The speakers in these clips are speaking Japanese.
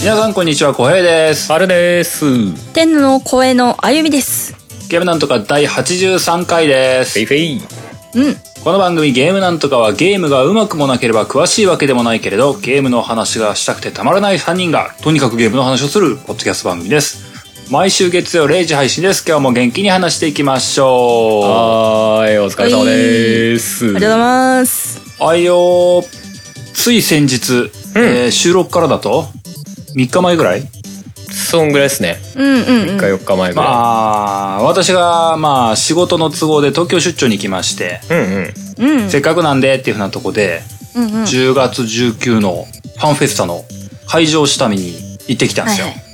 皆さんこんにちは、小平です。あれです。フ天の声のあゆみです。ゲームなんとか第83回ですェイ。フェイ。うん。この番組ゲームなんとかはゲームがうまくもなければ詳しいわけでもないけれど、ゲームの話がしたくてたまらない3人が、とにかくゲームの話をするポッドキャスト番組です。毎週月曜0時配信です。今日も元気に話していきましょはーい、お疲れ様です。ありがとうございます。う。あいよつい先日、えー収録からだと3日前ぐらいそんぐらいですね。うんうんうん。 1日4日前ぐらい。まあ、私が、まあ、仕事の都合で東京出張に行きまして、うんうん。うん。せっかくなんでっていうふうなとこで、うんうん。 10月19のファンフェスタの会場下見に行ってきたんですよ。はいはい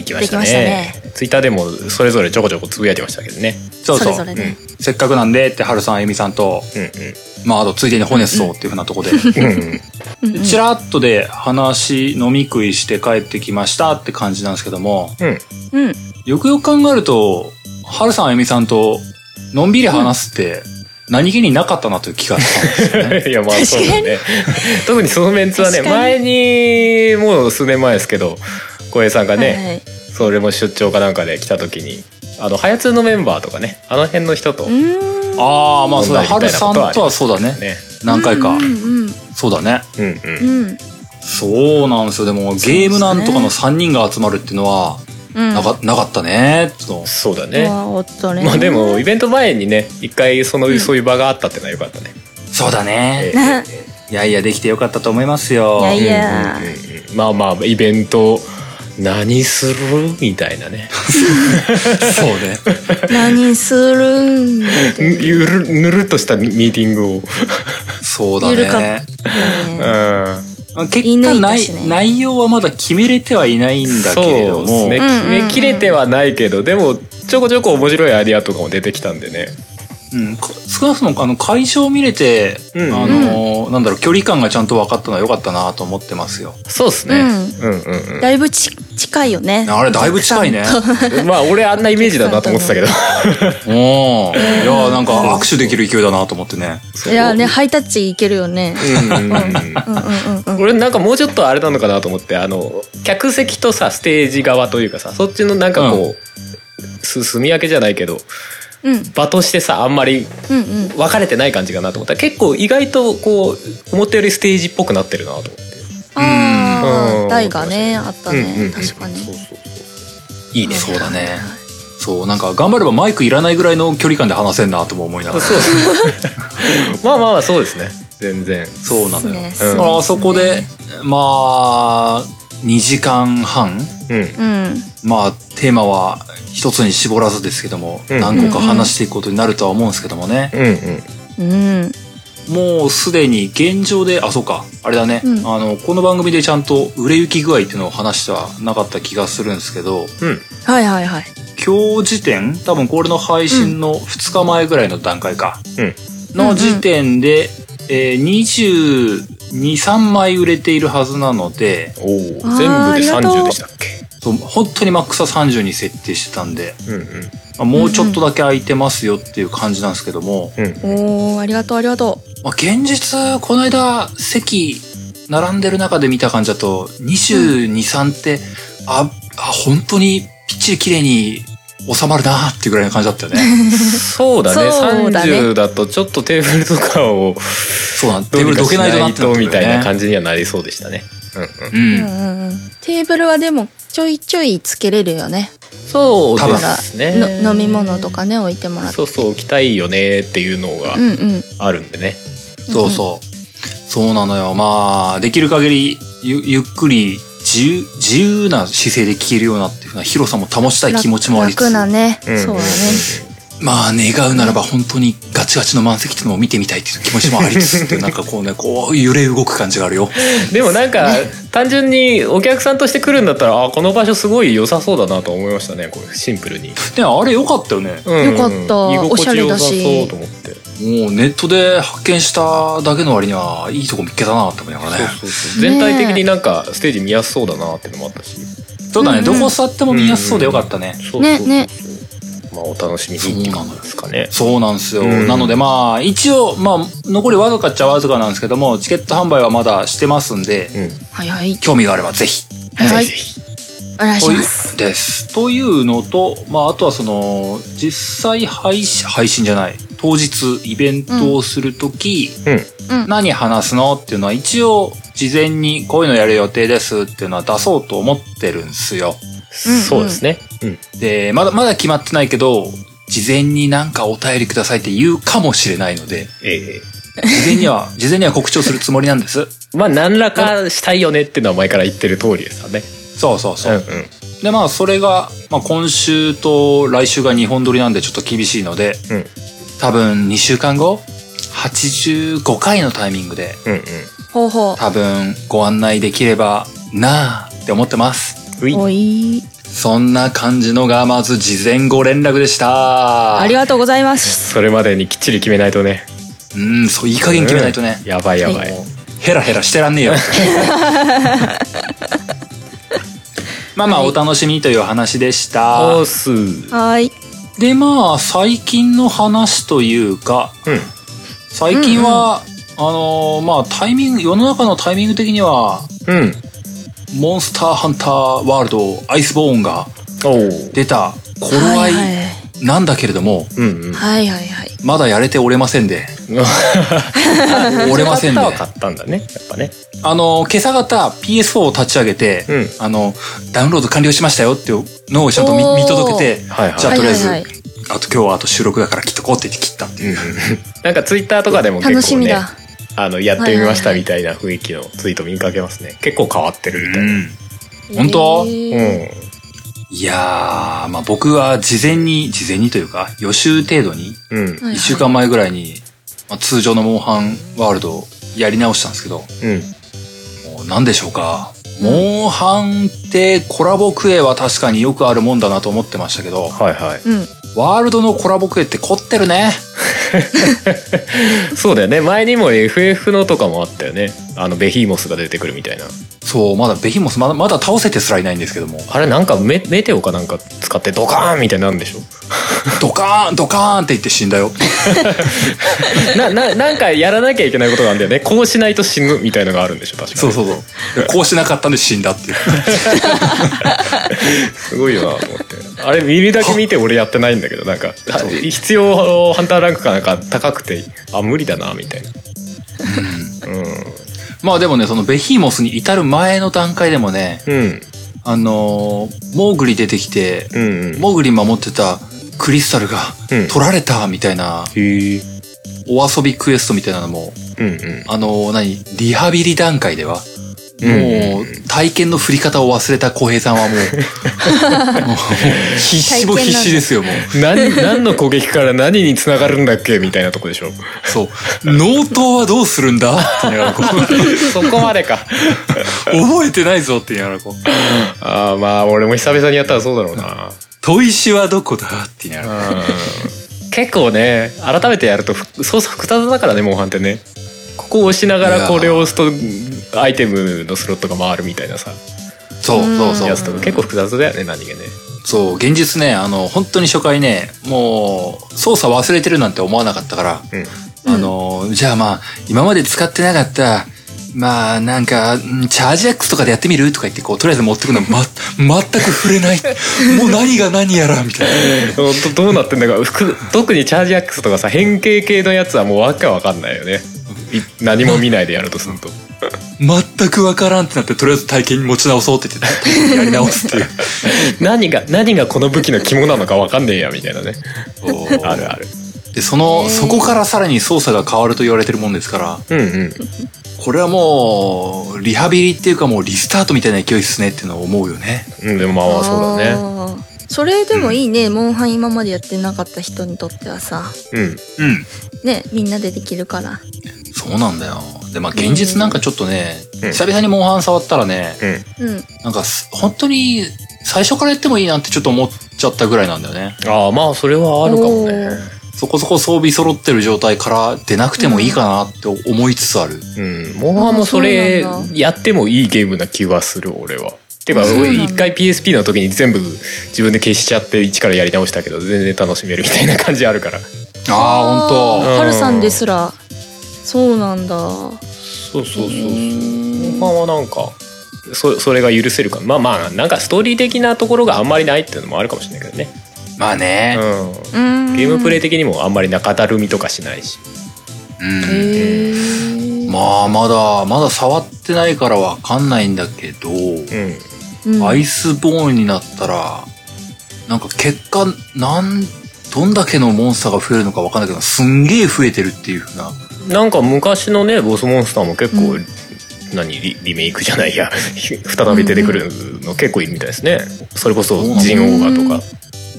行きましたできましたねね。ツイッターでもそれぞれちょこちょこつぶやいてましたけどね。そうそうそれぞれね。せっかくなんでって、春さん、あゆみさんと、うんまあ、あとついでにホネストっていうふうなとこで、うん。うんうん。うんうんチラッとで話、飲み食いして帰ってきましたって感じなんですけども、うん。うん。よくよく考えると、春さん、あゆみさんと、のんびり話すって、何気になかったなという気がしたんですよね。いやまあそうだ ね。特にそのメンツはね、確か前に、もう数年前ですけど、小江さんがね、はいはいそれも出張かなんかで来た時に、あの、ハヤツーのメンバーとかね、あの辺の人と、うね。ーん。ああ、まあそうだ、飲ん春だりみたいさなこんとはありますねとはそうだね。何回かう。んうんそうだね。うんう。うんん。そうなんですよ。でも、ゲームなんとかの3人が集まるっていうのは、うん。なかなかったね。とそうだうね。わおっとね。まあでもイベント前にね一回その、そういう場があったってのはよかったね。そうだね。ね。いやいや、できてよかったと思いますよ。いやいやうんうんうんうんまあまあイベント何するみたいな ね。そうね。何するん。ゆるぬるっとしたミーティングを。うんそうだゆるかっね。ねまあ結言い抜果いた内、しね内容はまだ決めれてはいないんだけれどそうも。ですね。うんうんう決んめきれてはないけど、でもちょこちょこ面白いアイディアとかも出てきたんでね。うん、こ少なくとも、あの、会場を見れて、うんあの、なんだろう、距離感がちゃんと分かったのは良かったなと思ってますよ。そうですね。うんうんうん。だいぶち近いよね。あれ、だいぶ近いね。まあ俺あんなイメージだなと思ってたけど。 おお。いや、なんか握手できる勢いだなと思ってね。いやねハイタッチいけるよね。うんうんうん。うんうんうんうん。俺なんかもうちょっとあれなのかなと思ってあの客席とさステージ側というかさそっちのなんかこう、す住み分けじゃないけどうん場としてさあんまりうんうん。分かれてない感じかなと思ったら結構意外とこう思ったよりステージっぽくなってるなと思って。あうんあ台がねあったうんうんうねん確かに。そうそういいね。そうだね。そう、なんか頑張ればマイクいらないぐらいの距離感で話せんなとも思いながら。そう そうまあまあまあそうですね全然そうなのよ。でだすからあそこで、まあ、2時間半うんうん。まあ、テーマは一つに絞らずですけども、うん何個か話していくことになるとは思うんですけどもね。うんうんうん。もうすでに現状で、あ、そうか、あれだね。うんあの、この番組でちゃんと売れ行き具合っていうのを話してはなかった気がするんですけど、うんはいはいはい。今日時点多分これの配信の2日前ぐらいの段階か、うんの時点で、えー、223枚売れているはずなのでおお全部あーでありがと30うでしたっけそう本当にマックスは30に設定してたんで、うんうんまあ、もうちょっとだけ空いてますよっていう感じなんですけども、うんおーありがとうありがとまあ、現実この間席並んでる中で見た感じだと223って、ああ本当にぴっちり綺麗に収まるなーっていうぐらいの感じだったよね。 そうだねそうだね30だとちょっとテーブルとかをそうなんテテーーブブルルどどけけなないいとなってとくるみよねたいな感じにはなりそうでしたね。うんうん、うう。うんんうんうん。テーブルはでもちょいちょいつけれるよね。そう多で分すね。の飲み物とかね置いてもらって。そうそう着たいよねっていうのがうんうん。あるんでね。そうそう。そうなのよ。まあ、できる限りゆゆっくり自由自由な姿勢で聴けるようなっていうふうな広さも保ちたい気持ちもありつ楽つ、なね。んそうだね。まあ願うならば本当にガチガチの満席っていうのも見てみたいっていう気持ちもありつつ っていうなんかこうね、こう揺れ動く感じがあるよ。でもなんか単純にお客さんとして来るんだったらあこの場所すごい良さそうだなと思いましたねこれシンプルに。で、あれ良かったよね。うんよかった居心地おしゃれだし良さそうと思って。もうネットで発見しただけの割にはいいとこ見っけたなって思いながらね。そうそう全体的になんかステージ見やすそうだなってのもあったし。そうだね、うんどこ座っても見やすそうでよかったね。そうそうそうねねまあお楽しみにって感じですかね。そうなんですよ。うんなのでまあ、一応、まあ、残りわずかっちゃわずかなんですけども、チケット販売はまだしてますんで、うん。はいはい。興味があればぜひ。はいぜひぜひ。お願いしといます。うです。というのと、まあ、あとはその、実際配信、配信じゃない、当日イベントをするとき、うん。うん。何話すのっていうのは一応、事前にこういうのやる予定ですっていうのは出そうと思ってるんですよ。そうですね。うん。で、まだ、まだ決まってないけど、事前になんかお便りくださいって言うかもしれないので、ええ。事前には、事前には告知をするつもりなんです。まあ、何らかしたいよねっていうのは前から言ってる通りですよね。そうそうそうう。んうん。で、まあ、それが、まあ、今週と来週が2本撮りなんでちょっと厳しいので、うん多分2週間後、85回のタイミングで、うんうん。ほうほ多分ご案内できればなあって思ってます。うう。い。おい。そんな感じのが、まず事前ご連絡でした。ありがとうございます。それまでにきっちり決めないとね。うん、そう、いい加減決めないとね。やばいやばい。もうヘラヘラしてらんねえよ。まあまあ、お楽しみという話でした。おーす。うん。はーい。でまあ最近の話というか最近は、あのーまあタイミング世の中のタイミング的にはうん。モンスターハンターワールドアイスボーンがおー。出た頃合はいいはいなんだけれども、うんうん。はいはいはい。まだやれておれません で折れませんね買ったは買ったんだね。やっぱね。あのー今朝方 PS4 を立ち上げて、うんあのダウンロード完了しましたよっていうのをちゃんと見おー見届けてはいはいじゃあとりあえず、はいはいあと今日はあと収録だから切っとこうって言って切ったっていう、なんかツイッターとかでも結構ね。楽しみだ。あの、やってみましたみたいな雰囲気のツイート見かけますね。結構変わってるみたいな。本当えうーん。いやー、まあ、僕は事前に、事前にというか、予習程度に、うん。はいはい1週間前ぐらいに、まあ、通常のモンハンワールドをやり直したんですけど、うん。もう何でしょうか。モンハンってコラボクエは確かによくあるもんだなと思ってましたけど、はいはい。うん。ワールドのコラボクエって凝ってるね。そうだよね。前にも FF のとかもあったよね。あの、ベヒーモスが出てくるみたいな。そう、まだベヒモス、まだ、まだ倒せてすらいないんですけども、あれなんかメメテオかなんか使ってドカーンみたいになるんでしょ ドカーン、ドカーンって言って死んだよ。な、な、なんかやらなきゃいけないことがあるんだよね。こうしないと死ぬみたいのがあるんでしょ確かに。そうそうそう。こうしなかったんで死んだっていう。すごいよなと思って。あれ見るだけ見て俺やってないんだけど、なんか、は必要ハンターランクかなんか高くて、あ、無理だな、みたいな。うまあでもね、そのベヒモスに至る前の段階でもね、ん。うん。あのーモーグリ出てきて、うんうん。モーグリ守ってたクリスタルがうん取られたみたいな、へえ。お遊びクエストみたいなのも、うんうん。あのー何、リハビリ段階では、うんもう、体験の振り方を忘れた浩平さんはもう、 もう必死も必死ですよ、もう。何、 何の攻撃から何に繋がるんだっけみたいなとこでしょ。そう。納刀はどうするんだって言いながらこう、 そこまでか。覚えてないぞって言いながらこう、 ああ、まあ、俺も久々にやったらそうだろうな。砥石はどこだって言いながら。結構ね改めてやるとふ操作複雑だからねモンハンってねここを押しながいやらーこれを押すとアイテムのスロットが回るみたいなさそうそうそうや。つとか結構複雑だよね何気ねそう、現実ね、あの、本当に初回ね、もう、操作忘れてるなんて思わなかったから、うんあの、じゃあまあ、今まで使ってなかった、まあ、なんか、んチャージアックスとかでやってみるとか言って、こう、とりあえず持ってくの、ま、全く触れ ない。もう何が何やら、みたいな。ほんとどうなってんだか複特にチャージアックスとかさ変形系のやつはもうわけわかんないよねい何も見ないでやるとすると全くわからんってなって、とりあえず体験に持ち直そうって言って、やり直すって いう。何が何がこの武器の肝なのかわかんねえやみたいなねそうあるあるで、その、そこからさらに操作が変わると言われてるもんですから、うんうんこれはもう、リハビリっていうかもうリスタートみたいな勢いですねっていうのを思うよね。うんでもまあそうだねね。それでもいいね、モンハン今までやってなかった人にとってはさ、うんうん。ね、みんなでできるから。そうなんだよ。で、まあ現実なんかちょっとね、うん久々にモンハン触ったらね、うんうん。なんかす本当に最初からやってもいいなってちょっと思っちゃったぐらいなんだよね。ああまあそれはあるかもおねーそこそこ装備揃ってる状態から出なくてもいいかなって思いつつある。うん、モンハンもそれあそうなんだやってもいいゲームな気はする俺は。てかあそうなんだ俺一回 PSP の時に全部自分で消しちゃって一からやり直したけど全然楽しめるみたいな感じあるから。ああ、ー本うんはるさんですら、そうなんだ。そうそうへモーンハンはなんかそそれが許せるかまあまあなんかストーリー的なところがあんまりないっていうのもあるかもしれないけどね、まあね。ううーんん、ゲームプレイ的にもあんまり中だるみとかしないしうん。へーまあ、まだ、まだ触ってないからわかんないんだけど、うんうんアイスボーンになったら、なんか結果、なん、どんだけのモンスターが増えるのかわかんないけど、すんげえ増えてるっていうふうな。なんか昔のねボスモンスターも結構、うん何リリメイクじゃないや 再び出てくるの結構いるみたいですねそれこそそうジンオーガーとか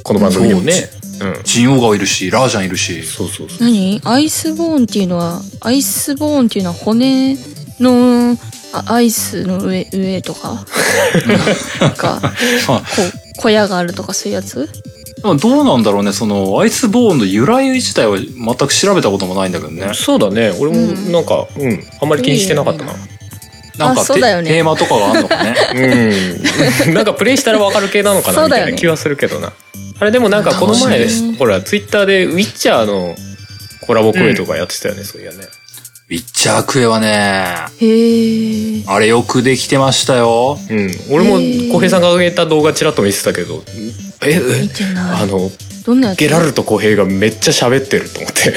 この番組でもねうんジンオーガーいるし、ラージャンいるし。そうそうそう何アイスボーンっていうのはアイスボーンっていうのは骨のあアイスの上上と かなんかまこう小屋があるとかそういうやつあ、まあどうなんだろうね、その、アイスボーンの由来自体は全く調べたこともないんだけどね。そうだね俺もうんなんか、うんあんまり気にしてなかったななんかあそテ、うだよねテーマとかがあるの かね。うん なんかプレイしたらわかる系なのかなそうみだたよねいな気はするけどな、あれでもなんかこの前楽しみほらツイッターでウィッチャーのコラボクエとかやってたよね、そういやねウィッチャークエはね、へえあれよくできてましたよ。うん、俺も浩平さんが上げた動画ちらっと見てたけどええ見てなあいのどんなやつゲラルト浩平がめっちゃ喋ってると思って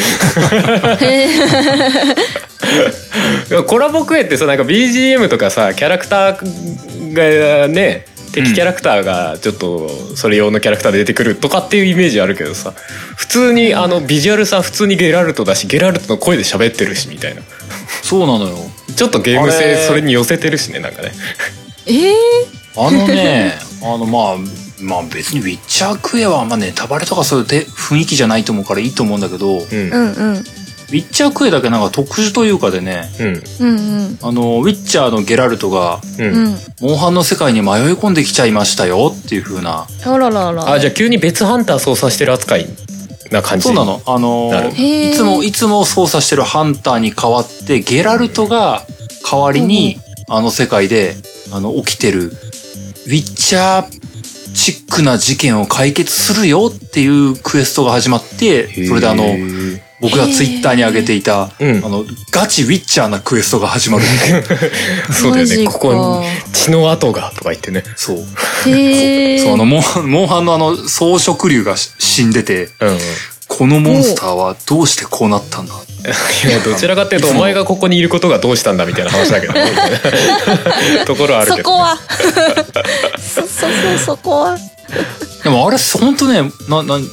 へ ーコラボクエってさなんか BGM とかさキャラクターがね敵キャラクターがちょっとそれ用のキャラクターで出てくるとかっていうイメージあるけどさ普通にあのビジュアルさ普通にゲラルトだしゲラルトの声で喋ってるしみたいなそうなのよ。ちょっとゲーあムれ性それに寄せてるしねなんかねえーあの ね、あのまあ、まあ別にウィッチャークエはあんまネタバレとかそういうて雰囲気じゃないと思うからいいと思うんだけど、ウィうんうんうんッチャークエだけなんか特殊というかでね、うんうんうんあの、ウィッチャーのゲラルトが、うん、うんモンハンの世界に迷い込んできちゃいましたよっていう風な。あらららあじゃあ急に別ハンター操作してる扱いな感じそうなの。あのなる、ほどいへーつも、いつも操作してるハンターに代わって、ゲラルトが代わりに、あの世界で、あの、起きてる、ウィッチャーチックな事件を解決するよっていうクエストが始まって、それであの、へー僕がツイッターに上げていた、あうんの、ガチウィッチャーなクエストが始 まる。そうだよマジねかここに血の跡がとか言ってねそう。へえそう、あの、モンハンモンハンのあの、草食竜が死んでて、うん うんこのモンスターはどうしてこうなったんだいやどちらかっていうとお前がここにいることがどうしたんだみたいな話だけ どねところはあるそけどね、こはそそそそこはでもあれ、ほんとね、な、な、ウィ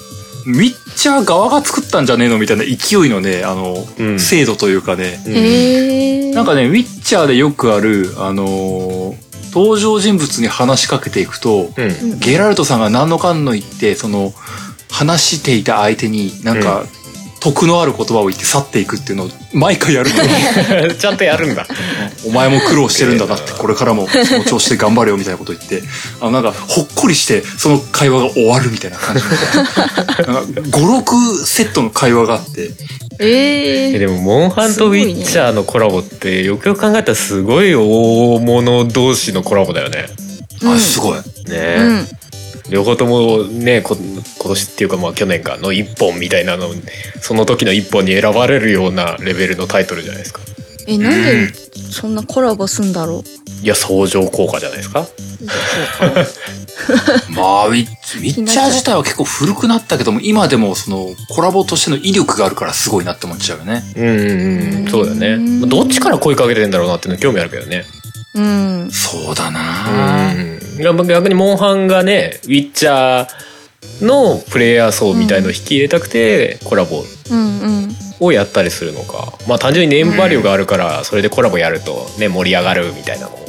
ッチャー側が作ったんじゃねえのみたいな勢いのね、あの、うん精度というかね。うんへえなんかね、ウィッチャーでよくある、あのー登場人物に話しかけていくと、うんゲラルトさんが何のかんの言って、その、話していた相手になんか、得のある言葉を言って去っていくっていうのを毎回やるのよちゃんとやるんだお前も苦労してるんだなって、これからもその調子で頑張れよみたいなこと言って、あのなんかほっこりして、その会話が終わるみたいな感じの。なんか5、6セットの会話があって、えええでもモンハンとウィッチャーのコラボってよくよく考えたらすごい大物同士のコラボだよねあ、すごい。ねいえうん両方ともねこ今年っていうかまあ去年かの一本みたいなのその時の一本に選ばれるようなレベルのタイトルじゃないですかえなんでそんなコラボすんだ ろいや相乗効果じゃないですかまあ、ウィッチウィッチャー自体は結構古くなったけども、今でもそのコラボとしての威力があるからすごいなって思っちゃうよね。うんうんうんそうだねまあどっちから声かけてんだろうなっていうの興味あるけどねううんそうだなぁうんいや逆にモンハンがねウィッチャーのプレイヤー層みたいのを引き入れたくて、コラボうんうんをやったりするのかまあ単純にネームバリューがあるから、それでコラボやるとね盛り上がるみたいなのも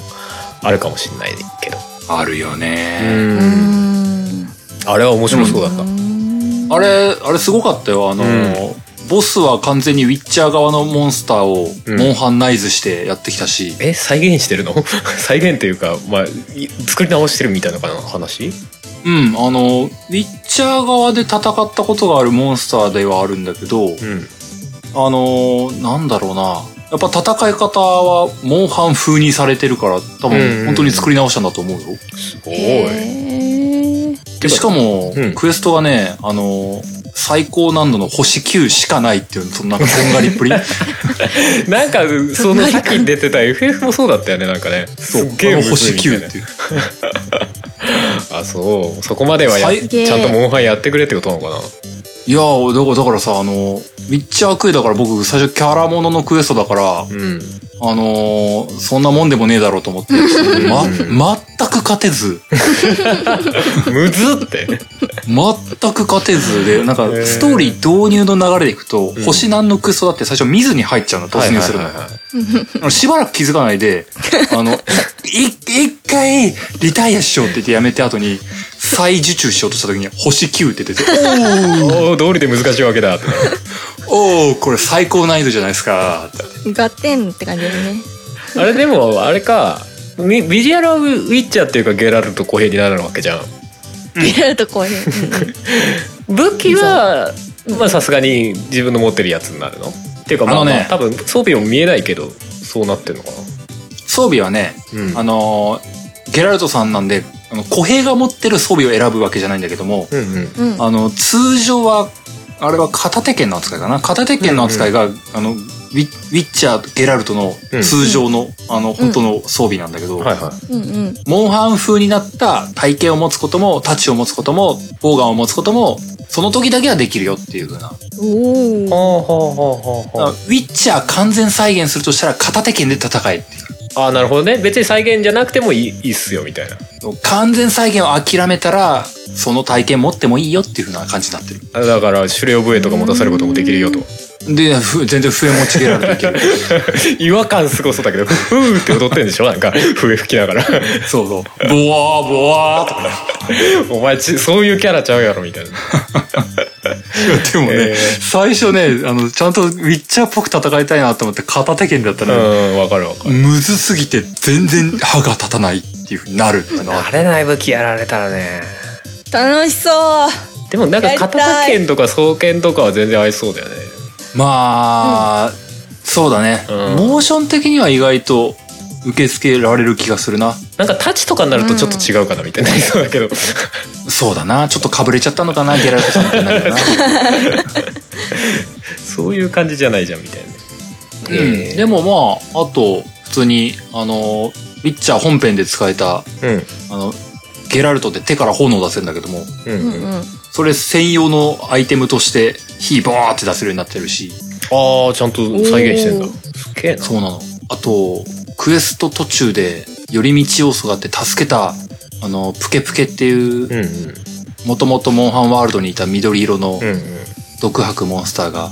あるかもしれないけど、あるようね、うんあれは面白そうだった、あれ、あれすごかったよ。あの、うボスは完全にウィッチャー側のモンスターをうんモンハンナイズしてやってきたし、え再現してるの 再現っていうか、まあ、い作り直してるみたいなのかな話うん、あの、ウィッチャー側で戦ったことがあるモンスターではあるんだけど、うんあのーなんだろうな。やっぱ戦い方はモンハン風にされてるから、多うんうんう分ん本当に作り直したんだと思うよ。すごいへえで、しかもうん、クエストがね、あのー最高難度の星9しかないっていう、そ のなんかこんがりっぷり。なんかそのさっき出てた FF もそうだったよねなんかねすっげえあのむず星いみたい9なっていう。あそうそこまではや最低ちゃんとモンハンやってくれってことなのかないやー、だからだからさ、あの、ミッチャークイだから僕最初キャラもののクエストだから、うんあのーそんなもんでもねえだろうと思って、ま、全く勝てず、むずって全く勝てずで、なんかへ、ーストーリー導入の流れでいくと、星何のクエストだって最初見ずに入っちゃうの、突入するの。はいはいはいはいあのしばらく気づかない で、あの、いい一回、リタイアしようって言ってやめて後に、再受注しようとした時に、星9って出て、おおどうりで難しいわけだっておー、これ最高難易度じゃないですか。ガテンって感じだよね。あれでもあれかビビジュアルはウィッチャーっていうかゲラルト公平になるわけじゃんゲラルト公平。うんうん武器はまあさすがに自分の持ってるやつになるのっていうかまああのねまあ多分装備も見えないけどそうなってるのか装備はね、な、うんあのーゲラルトさんなんで、あの、小兵が持ってる装備を選ぶわけじゃないんだけども、うんうんうん。あの、通常は、あれは片手剣の扱いかな片手剣の扱いが、あの、ウィウィッチャー、ゲラルトの通常の、あの、本当の装備なんだけど、はいはうんうん。モンハン風になった体型を持つことも、太刀を持つことも、ボウガンを持つことも、その時だけはできるよっていう風な。いはあおお。はあはあウはィッチャー完全再現するとしたら片手剣で戦えっていう。ああなるほどね別に再現じゃなくてもいいいいっすよみたいな完全再現を諦めたら、その体験持ってもいいよっていう風な感じになってる。あだから狩猟笛とか持たされることもできるよと で、ふ全然笛持ち切られていける。違和感すごそうだけど「 ふう」って踊ってんでしょなんか笛吹きながら そうそう。ボワーボワーとか。お前ちそういうキャラちゃうやろみたいないやでもね、えー最初ね、あの、ちゃんとウィッチャーっぽく戦いたいなと思って片手剣だったうら、んわかるわかるむずすぎて全然歯が立たないっていう風になるっていうのは。れない武器やられたらね楽しそう。でもなんかやりたい片手剣とか双剣とかは全然合いそうだよねまあ、そうだね、うんモーション的には意外と受け付けられる気がするな。なんか太刀とかになるとちょっと違うかなみたいな、そうだけどそうだな。ちょっとかぶれちゃったのかな、ゲラルトさんみたいにな るよな。そういう感じじゃないじゃんみたいなねうん。でもまあ、あと、普通に、あの、ウィッチャー本編で使えた、あうんの、ゲラルトって手から炎を出せるんだけども、ううんうんんうん。それ専用のアイテムとして、火バーって出せるようになってるし、ああちゃんと再現してんだおーすっげえなそうなの。あと、クエスト途中で、寄り道要素があって助けた、あの、プケプケっていううんうんもともとモンハンワールドにいた緑色のうんうん毒吐くモンスターが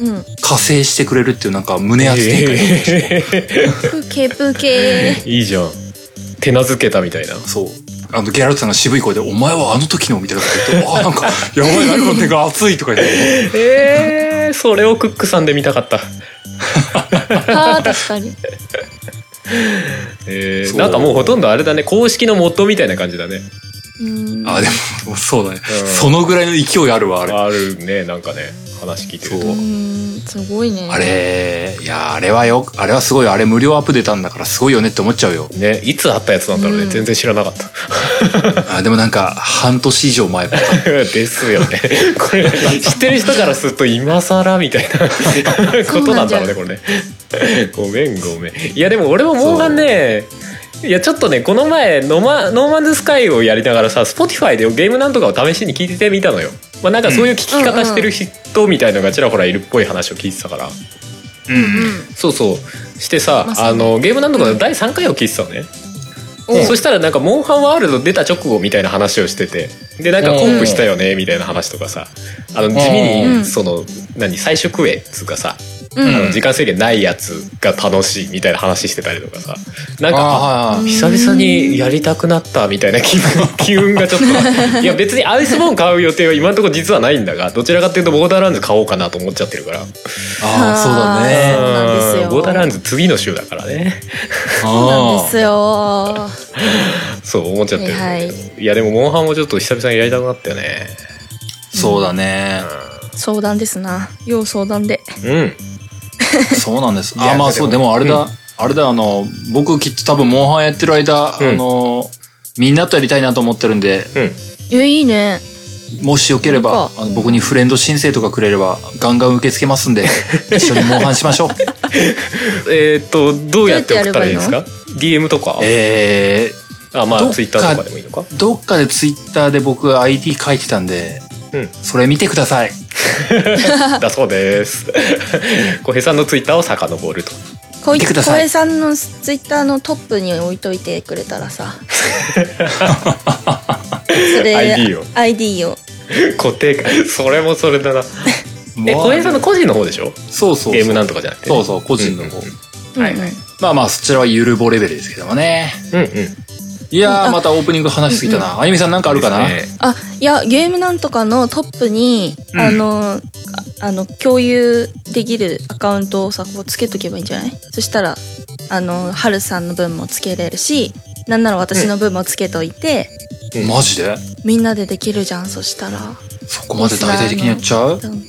うん。加勢してくれるっていうなんか胸熱展開、えプケ プケ。 ーいいじゃん手なずけたみたいなそう。あの、ギャラルトさんが渋い声で、お前はあの時のみたいなこと言って、 ああ、なんか、やばい、何この手が熱いとか言って。えー、それをクックさんで見たかったああ、確かに。えーそうなんかもうほとんどあれだね公式の元みたいな感じだねうん。あ、でも、そうだねうん。そのぐらいの勢いあるわ、あれ。あるねなんかね話聞いてるそううん。すごいね。あ。れ、いや、あれはよ、あれはすごいよ、あれ無料アップ出たんだからすごいよねって思っちゃうよ。とねいつあったやつなんだろうね、うん全然知らなかったあでもなんか、半年以上前。 ですよねこれ知ってる人からすると今更みた いなことなんだろうねこれね ごめんごめんいやでも俺もモンハンねいやちょっとねこの前ノマ「ノーマンズスカイ」をやりながらさ Spotify でゲームなんとかを試しに聞いててみたのよ、まあ、なんかそういう聞き方してる人みたいのがちらほらいるっぽい話を聞いてたからう。うんうんん。そうそうしてさ、まああ、のゲームなんとかの第3回を聞いてたのね、おそしたらなんか「モンハンワールド」出た直後みたいな話をしててでなんかコンプしたよねみたいな話とかさあの地味うにんその何最初クエっつうかさうあん。の時間制限ないやつが楽しいみたいな話してたりとかさなんかあーはいはい久々にやりたくなったみたいな気 分機運がちょっといや別にアイスボーン買う予定は今のところ実はないんだがどちらかっていうとボーダーランズ買おうかなと思っちゃってるからああ、そうだね。そうなんですようんボーダーランズ次の週だからねそうなんですよ。そう思っちゃってるんだけど、、はいやでもモンハンもちょっと久々にやりたくなったよねそうだね。相談ですな。要相談で。うんそうなんです。いやあ、まあそう、ででもあれだ、うんあれだ、あの、僕きっと多分、モンハンやってる間、うんあの、みんなとやりたいなと思ってるんで、うんえ、いいね。もしよければなん、あの僕にフレンド申請とかくれれば、ガンガン受け付けますんで、一緒にモンハンしましょう。えーっとどうやって送ったらいいですか DM とか、えあまどっあかツイッターとかでもいいのかー、どっかでツイッターで僕 ID 書いてたんで、うんそれ見てください。だそうです。 小平さんのツイッターを遡ると。 こう見いて小ください平さんのツイッターのトップに置いといてくれたらさそれ ID を ID を固定化。それもそれだな。え、まあ小平さんの個人の方でしょそうそうそう。ゲームなんとかじゃなくて。そうそう、個人の方。うんうんははいいうんうんまあまあ、そちらはゆるぼレベルですけどもね。うんうん。いやー、またオープニング話しすぎたな。あゆみさんなんかあるかな、ですねあいやゲームなんとかのトップに、うんあのああの共有できるアカウントをさこうつけとけばいいんじゃないそしたらあのハルさんの分もつけれるしなんなら私の分もつけといて、うんマジでみんなでできるじゃんそしたらそこまで大々的にやっちゃう うん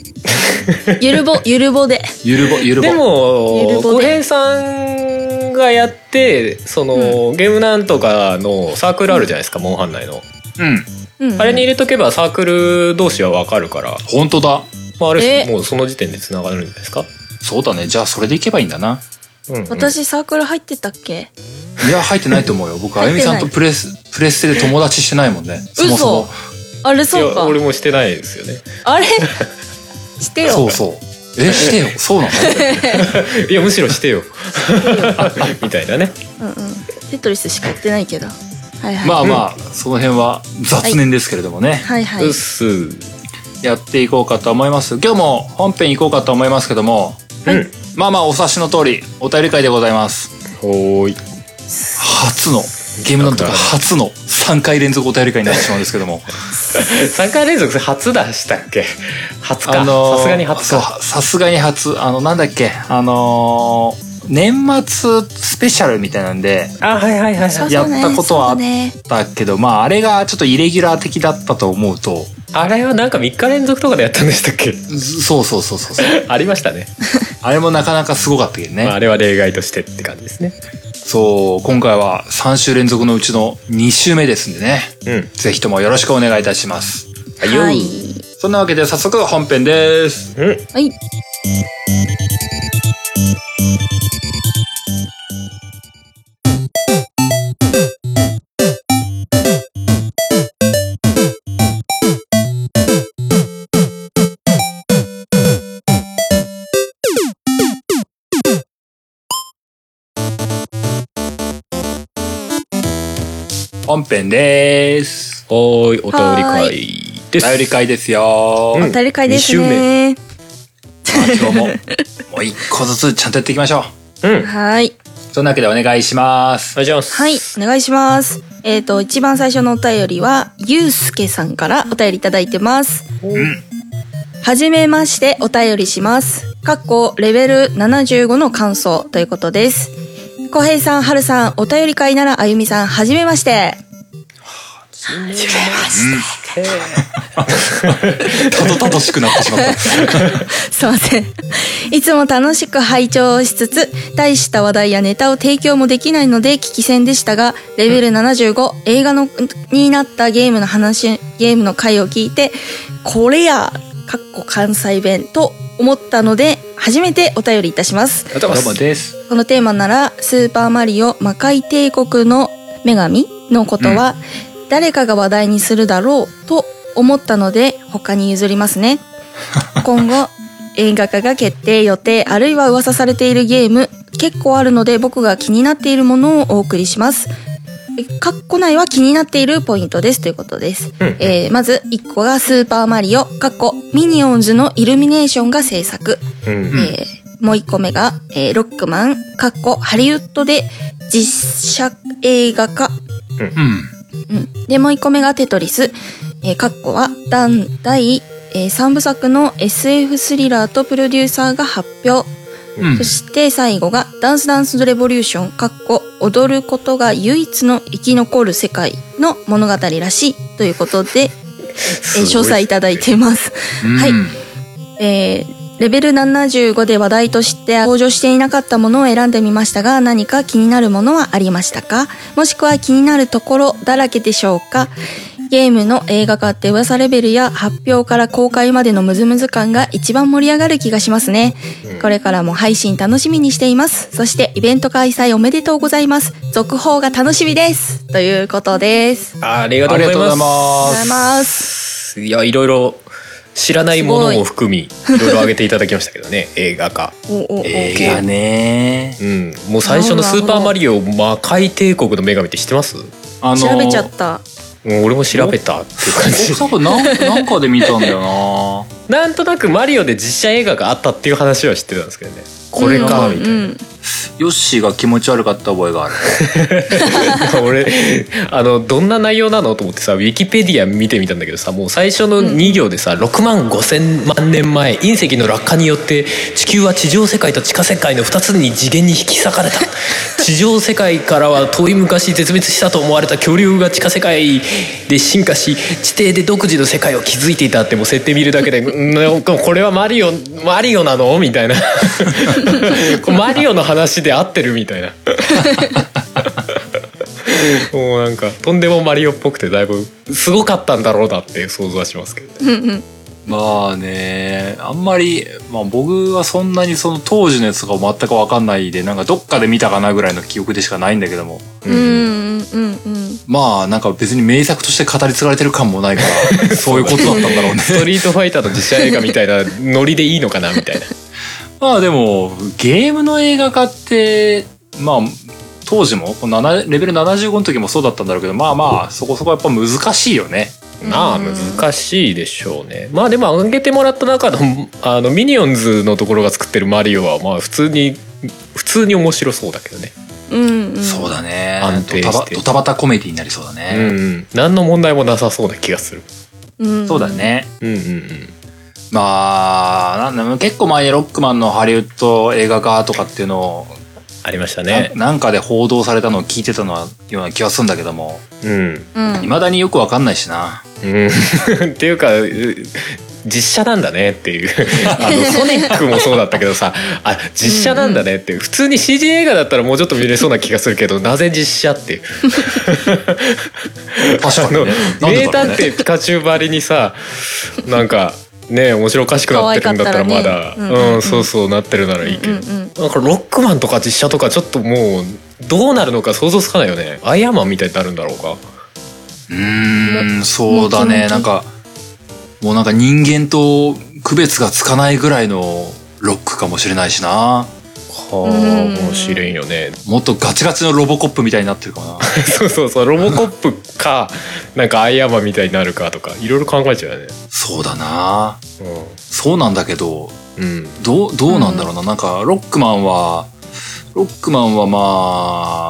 ゆるぼゆるぼでゆるぼ、ゆるぼ。でゆるも、ぼで小平さんがやって、その、ゲームなんとかのサークルあるじゃないですか、モンハン内の。うん。うんあれに入れとけばサークル同士はわかるから、本当だ。まあ、あれ、えもうその時点で繋がるんじゃないですか。そうだね。じゃあ、それでいけばいいんだな。うんうん、私サークル入ってたっけいや、入ってないと思うよ。僕、あ入っゆてみないさんとプレス、プレステで友達してないもんね。そもそも。あれいそうかや、俺もしてないですよね。あれ してよそうそう。え、してよ。そう なのいや、むしろしてよ。 みたいなね。うんうんテトリスしかやってないけどはいはい、まあまあ、その辺は雑念ですけれどもね。はいはいうっす。うん。やっていこうかと思います。今日も本編行こうかと思いますけども、まあまあ、お察しの通り、お便り会でございます。ほーい。初の、ゲームなんとか初の3回連続お便り会になってしまうんですけど も。 3回連続それ初出したっけ初か。ーさすがに初そうか。さすがに初。あの、なんだっけ、あのー年末スペシャルみたいなんで、あ、はいはいはいそはうい。そうねやったことはそうねだけど、まあ、あれがちょっとイレギュラー的だったと思うと、あれはなんか3日連続とかでやったんでしたっ けずそうそうそうそう そう。ありましたね。あれもなかなかすごかったけどね。まあ、あれは例外としてって感じですね。そう、今回は3週連続のうちの2週目ですんでね。うん。ぜひともよろしくお願いいたします。ははいいそんなわけで早速本編です。うん。はい本編です。ほーい、お便りは会です。頼り会ですよ。うんお便り会です二ねまあ今日も、もう一個ずつちゃんとやっていきましょうん。おはいう。そんなわけでお願いします。願いします。はいお願いしますえっ、と一番最初のお便りはゆうすけさんからお便りいただいてますはじめましてお便りします。かっこレベル75の感想ということです。小平さん、はるさん、お便り会ならあゆみさん、はじめまして。たどたどしくなってしま った。 すいません。いつも楽しく拝聴しつつ、大した話題やネタを提供もできないので聞き戦でしたが、レベル75、映画の、になったゲームの話、ゲームの回を聞いて、これや、かっこ関西弁と思ったので、初めてお便りいたします。ありがとうございます。です。このテーマなら、スーパーマリオ魔界帝国の女神のことは、誰かが話題にするだろうと思ったので、他に譲りま すね。今後、映画化が決定予定、あるいは噂されているゲーム、結構あるので僕が気になっているものをお送りします。えかっこ内は気になっているポイントですということです。うんえーまず1個がスーパーマリオ、かっこミニオンズのイルミネーションが制作。うん。えーもう一個目が、えーロックマン、かっこハリウッドで実写映画化。うん。うん。で、もう一個目がテトリス、えーかっこは、段第、え3部作の SF スリラーとプロデューサーが発表。うんそ。して最後が、ダンスダンスレボリューション、かっこ、踊ることが唯一の生き残る世界の物語らしいということで、えー詳細いただいています。はいうんえーレベル75で話題として登場していなかったものを選んでみましたが、何か気になるものはありましたかもしくは気になるところだらけでしょうかゲームの映画化って噂レベルや発表から公開までのムズムズ感が一番盛り上がる気がしますね。これからも配信楽しみにしています。そしてイベント開催おめでとうございます。続報が楽しみです。ということです。ありがとうごあざいりがとうございますます。ありがとうございます。いやいろいろ知らないものも含みいろいろ挙げていただきましたけど ね映画化、おおお映画ねうん、もう最初の「スーパーマリオ魔界帝国の女神」って知ってますもあの調べちゃった。う俺も調べたっていう感じ僕多分なんなんかで見たんだよななんとなくマリオで実写映画があったっていう話は知ってたんですけどねこれかうんみたいな、うんヨッシーが気持ち悪かった覚えがある 俺あのどんな内容なのと思ってさウィキペディア見てみたんだけどさもう最初の2行でさ、6万5千万年前隕石の落下によって地球は地上世界と地下世界の2つに次元に引き裂かれた地上世界からは遠い昔絶滅したと思われた恐竜が地下世界で進化し地底で独自の世界を築いていたってもう設定見るだけでうんなんかこれはマリオマリオなのみたいなこれマリオの話で合ってるみたいな。もうなんかとんでもマリオっぽくてだいぶすごかったんだろうなって想像はしますけどね。まあねあんまり、まあ、僕はそんなにその当時のやつとか全く分かんないでなんかどっかで見たかなぐらいの記憶でしかないんだけどもうんうんうんまあなんか別に名作として語り継がれてる感もないから そういうことだったんだろうね ストリートファイターの実写映画みたいなノリでいいのかなみたいな。 まあでも、ゲームの映画化って、まあ、当時も、この7レベル75の時もそうだったんだろうけど、まあまあ、そこそこやっぱ難しいよね。まあ難しいでしょうね。まあでも挙げてもらった中のあのミニオンズのところが作ってるマリオはまあ普通に普通に面白そうだけどね。うんうん。そうだね。安定ドタバしてドタバタコメディになりそうだうね。んうん。何の問題もなさそうな気がする。うん。そうだね。うんうんまあ、なんだろう結構前にロックマンのハリウッド映画化とかっていうのを、ありましたね。ななんかで報道されたのを聞いてたのはような気がするんだけども、うん。うん。未だによくわかんないしな。うん、っていうかう実写なんだねって いうあのソニックもそうだったけどさあ実写なんだねっていう普通に CG 映画だったらもうちょっと見れそうな気がするけどなぜ実写っていう確かにね。なんでだろうね。あの名探偵ピカチュウばりにさなんかね面白おかしくなってるんだったらまだ可愛かったらねうんうんうんうんそうそうなってるならいいけど、うんうんなんかロックマンとか実写とかちょっともうどうなるのか想像つかないよねアイアンマンみたいになるんだろうかうーん、そうだね。もちもちなんか、もうなんか人間と区別がつかないぐらいのロックかもしれないしな。はあ面白いよねもっとガチガチのロボコップみたいになってるか な。 そうそうそうロボコップかなんかアイアンマンみたいになるかとかいろいろ考えちゃうよねそうだな。そうなんだけど、うん、うん、どう、どうなんだろうな。なんか、ロックマンは、ロックマンはま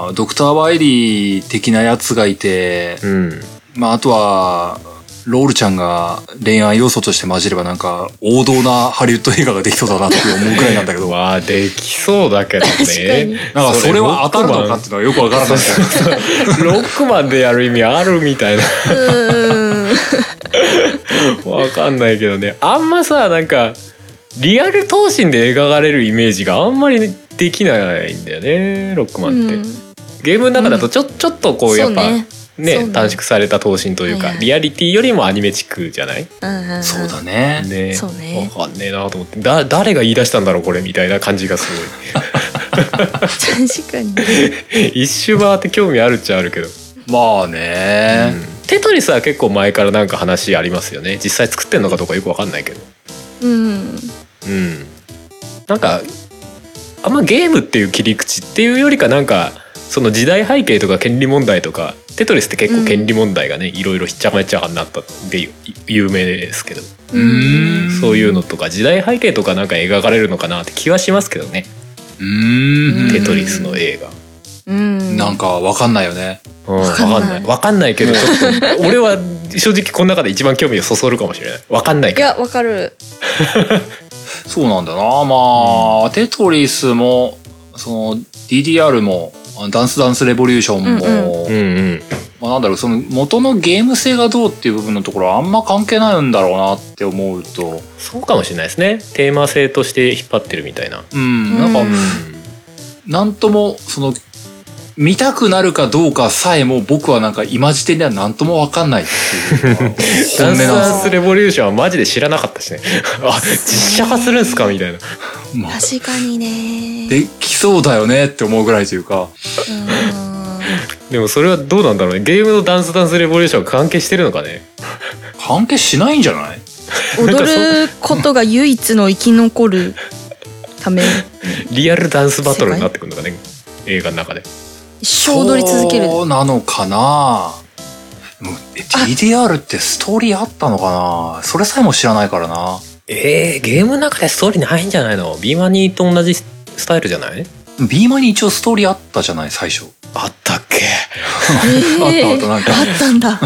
あ、ドクター・ワイリー的なやつがいて、うん、まあ、あとは、ロールちゃんが恋愛要素として混じればなんか王道なハリウッド映画ができそうだなって思うぐらいなんだ けど。まあできそうだけどねなんかそれは当たるのかっていうのはよくわからないですけどそれロックマンでやる意味あるみたいなうん。わかんないけどねあんまさなんかリアル闘身で描かれるイメージがあんまりできないんだよねロックマンって、うんゲームの中だとちょちょっとこうやっぱそうねねそうね短縮された闘身というか、はいはいリアリティよりもアニメチックじゃないうんうんんそうだね。ねそうねわかんねえなと思ってだ誰が言い出したんだろうこれみたいな感じがす確かに。ごい 一周回って興味あるっちゃあるけど、まあうね、んテトリスは結構前からなんか話ありますよね実際作ってんのかどうかよくわかんないけどうん。うんなんかあんまゲームっていう切り口っていうよりかなんかその時代背景とか権利問題とかテトリスって結構権利問題がね、いろいろひっちゃめちゃになったで有有名ですけど、うーんそういうのとか時代背景とかなんか描かれるのかなって気はしますけどねうーん。テトリスの映画。うん。なんかわかんないよね。うん、わかんない。わかんないけど、ちょっと、俺は正直この中で一番興味をそそるかもしれない。わかんないいけど。や、わかる。そうなんだよな。まあ、テトリスも、その DDR も、ダンスダンスレボリューションも、うんうん。まあなんだろう、その元のゲーム性がどうっていう部分のところはあんま関係ないんだろうなって思うと、そうかもしれないですね。テーマ性として引っ張ってるみたいな。うん、なんか、うんなんとも、その、見たくなるかどうかさえも僕はなんか今時点では何とも分かんないっていうのが本音ダンスなん ダンスレボリューションはマジで知らなかったしね あ実写化するんすかみたいなです、まあ、確かにねできそうだよねって思うぐらいというかうでもそれはどうなんだろうねゲームのダンスダンスレボリューションが関係してるのかね関係しないんじゃないん踊ることが唯一の生き残るためリアルダンスバトルになってくるのかね映画の中で一生踊り続けるそうなのかなでもえ DDR ってストーリーあったのかなそれさえも知らないからなえー、ゲームの中でストーリーないんじゃないの B12 と同じスタイルじゃない B マに一応ストーリーあったじゃない最初あったっけええあったあったなんかあったんだ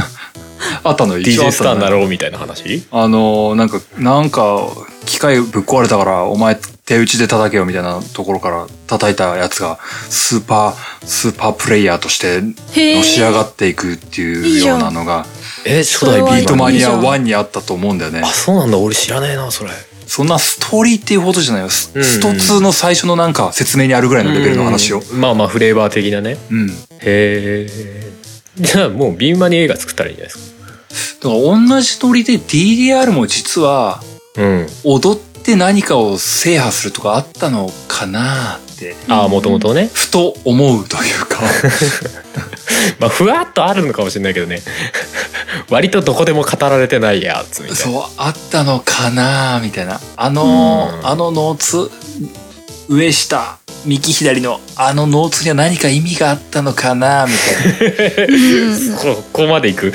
あ ったのよ一応あ DJ っスたのタよーになろうみたいな話あのーなんかなんか機械ぶっ壊れたからお前手打ちで叩けよみたいなところから叩いたやつがスーパースーパープレイヤーとしてへえのし上がっていくっていいいうじゃよんうなのがえ初代それはビートマニアいいじゃ1にあったと思うんだよねあそうなんだ俺知らねえなそれそんなストーリーっていうほどじゃないよ。ス,、うんうんスト2の最初のなんか説明にあるぐらいのレベルの話を。うんまあまあフレーバー的なねうん。だへえ じゃあもうビーマニ映画作ったらいいんじゃないですから同じストーリーで DDR も実はかうん踊って何かを制覇するとかあったのかなって、ああもともとねふと思うという か。まあふわっとあるのかもしれないけどね 割とどこでも語られてないやつみたいなそう、あったのかなみたいな。あのーうんあのノーツ、上下、右左のあのノーツには何か意味があったのかなみたいな。うんこここまでいく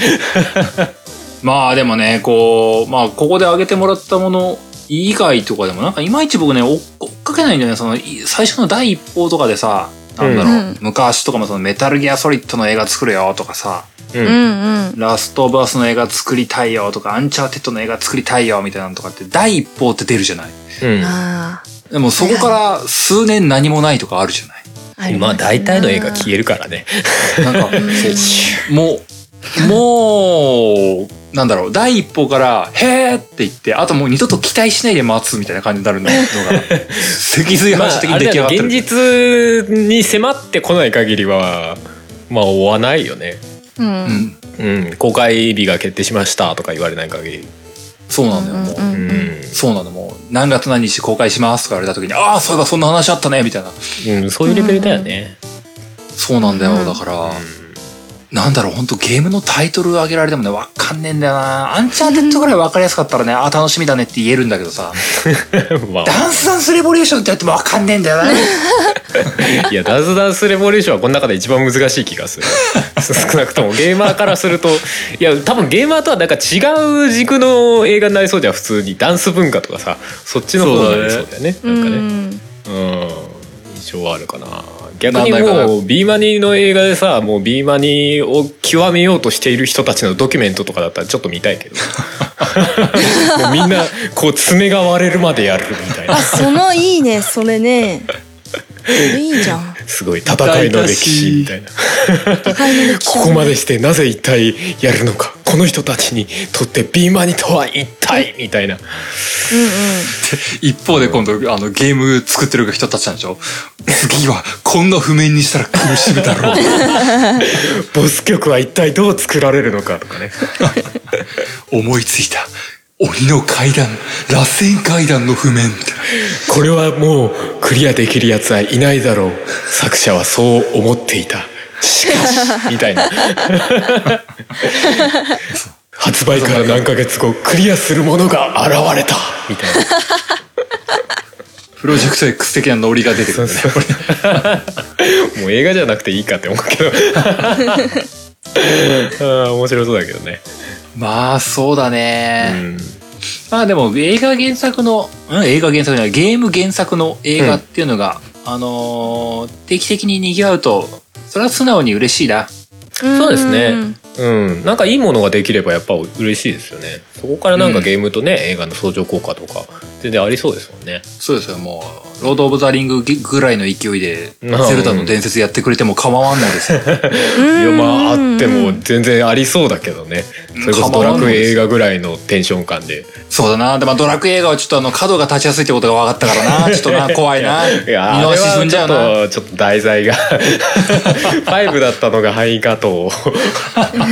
まあでもね、こう、まあここで挙げてもらったもの以外とかでもなんかいまいち僕ね、追っ追っかけないんだよね。その、い最初の第一報とかでさ、なんだろう、うん昔とかもそのメタルギアソリッドの映画作るよとかさ、ううんんうんラストオブアスの映画作りたいよとか、アンチャーテッドの映画作りたいよみたいなのとかって第一報って出るじゃない。うんあでもそこから数年何もないとかあるじゃない。ーありまあすね大体の映画消えるか らねなんか、もう、もう、なんだろう、第一歩から、へーって言って、あともう二度と期待しないで待つみたいな感じにな るのが、脊髄ま話あ的あに出れ来上がっだよてる。現実に迫ってこない限りはまあ追わないよねうんう、ん。うん公開日が決定しましたとか言われない限りそうなんだよ、もう。うんうん、そうなの、もう。何月何日公開しますとか言われた時に、ああ、そういえばそんな話あったね、みたいな。うん、そういうレベルだよね、そうなんだうよ、んだから、うんなんだろう、ほんとゲームのタイトル上げられてもね、わかんねえんだよな。アンチャーテッドぐらいわかりやすかったらね、ああ、楽しみだねって言えるんだけどさ、 まあ、ダンスダンスレボリューションってやってもわかんねえんだよな。いやダンスダンスレボリューションはこの中で一番難しい気がする 少なくともゲーマーからするといや多分ゲーマーとはなんか違う軸の映画になりそうじゃん普通にダンス文化とかさそっちの方になりそうだよねうんなんかねうん印象はあるかな逆にもうビーマニーの映画でさもうビーマニーを極めようとしている人たちのドキュメントとかだったらちょっと見たいけ どもうみんなこう爪が割れるまでやるみたいなあそのいいねそれねいいじゃんすごい戦いの歴史みたいな。高いのでここまでしてなぜ一体やるのかこの人たちにとってビーマニとは一体みたいなうんうん一方で今度、あの、ゲーム作ってる人たちなんでしょ次は、こんな譜面にしたら苦しむだろう。 ボス曲は一体どう作られるのかとかね思いついた。鬼の階段、螺旋階段の譜面みたいな。これはもうクリアできるやつはいないだろう作者はそう思っていたしかしみたいな発売から何ヶ月後クリアするものが現れたみたいなプロジェクト X 的なノリが出てくるね。もう映画じゃなくていいかって思うけどあー 面白そうだけどね、まあ、そうだうね。んまあでも、映画原作の、うん、映画原作じゃない、ゲーム原作の映画っていうのが、あのー定期的に賑わうと、それは素直に嬉しいな。そうですね。うん、なんかいいものができればやっぱ嬉しいですよね。そこからなんかゲームとね、映画の相乗効果とか全然ありそうですもんねそうですよ、もう、ロード・オブ・ザ・リングぐらいの勢いで、うんゼルダの伝説やってくれても構わんのですよ。いやうんまああっても全然ありそうだけどねそれこそドラクエ映画ぐらいのテンション感でそうだな。で、まあ、ドラクエ映画はちょっとあの、角が立ちやすいってことが分かった からな。ちょっとな、怖いな。見いやあ逃れしは進んじちゃょうな。っとちょっと題材が 5だったのが範囲かと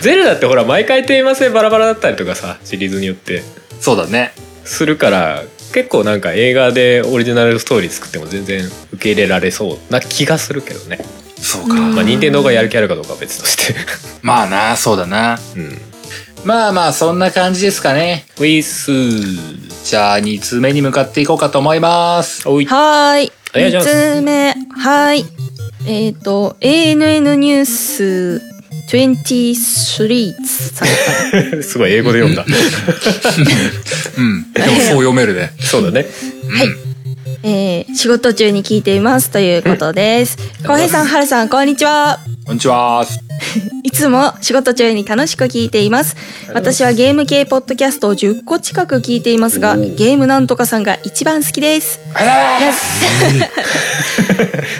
ゼルダってほら毎回テーマ性バラバラだったりとかさシリーズによってそうだね。するから結構なんか映画でオリジナルストーリー作っても全然受け入れられそうな気がするけどね、そうか。まあ任天堂がやる気あるかどうかは別としてまあな、そうだな。うんまあまあ、そんな感じですかね。ウィスじゃあ、2通目に向かっていこうかと思います。おいはーい。お願いします3つ目。はーい。えっ、ー、と、ANN ニュース23さん。すごい英語で読んだうん。でも、そう読めるね。そうだねえー、仕事中に聞いていますということです。浩、平さん、はるさん、こんにちは。こんにちは。いつも仕事中に楽しく聞いています。私はゲーム系ポッドキャストを10個近く聞いていますが、ゲームなんとかさんが一番好きです。な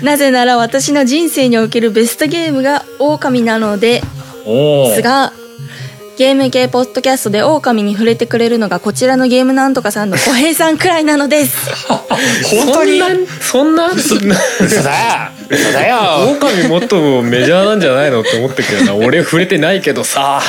なぜなら私の人生におけるベストゲームが狼なので、おですが、ゲーム系ポッドキャストで狼に触れてくれるのがこちらのゲームなんとかさんの小平さんくらいなのです。本当にそんなそんな嘘だ嘘だよ 狼もっとメジャーなんじゃないのって思ったけどな俺触れてないけどさ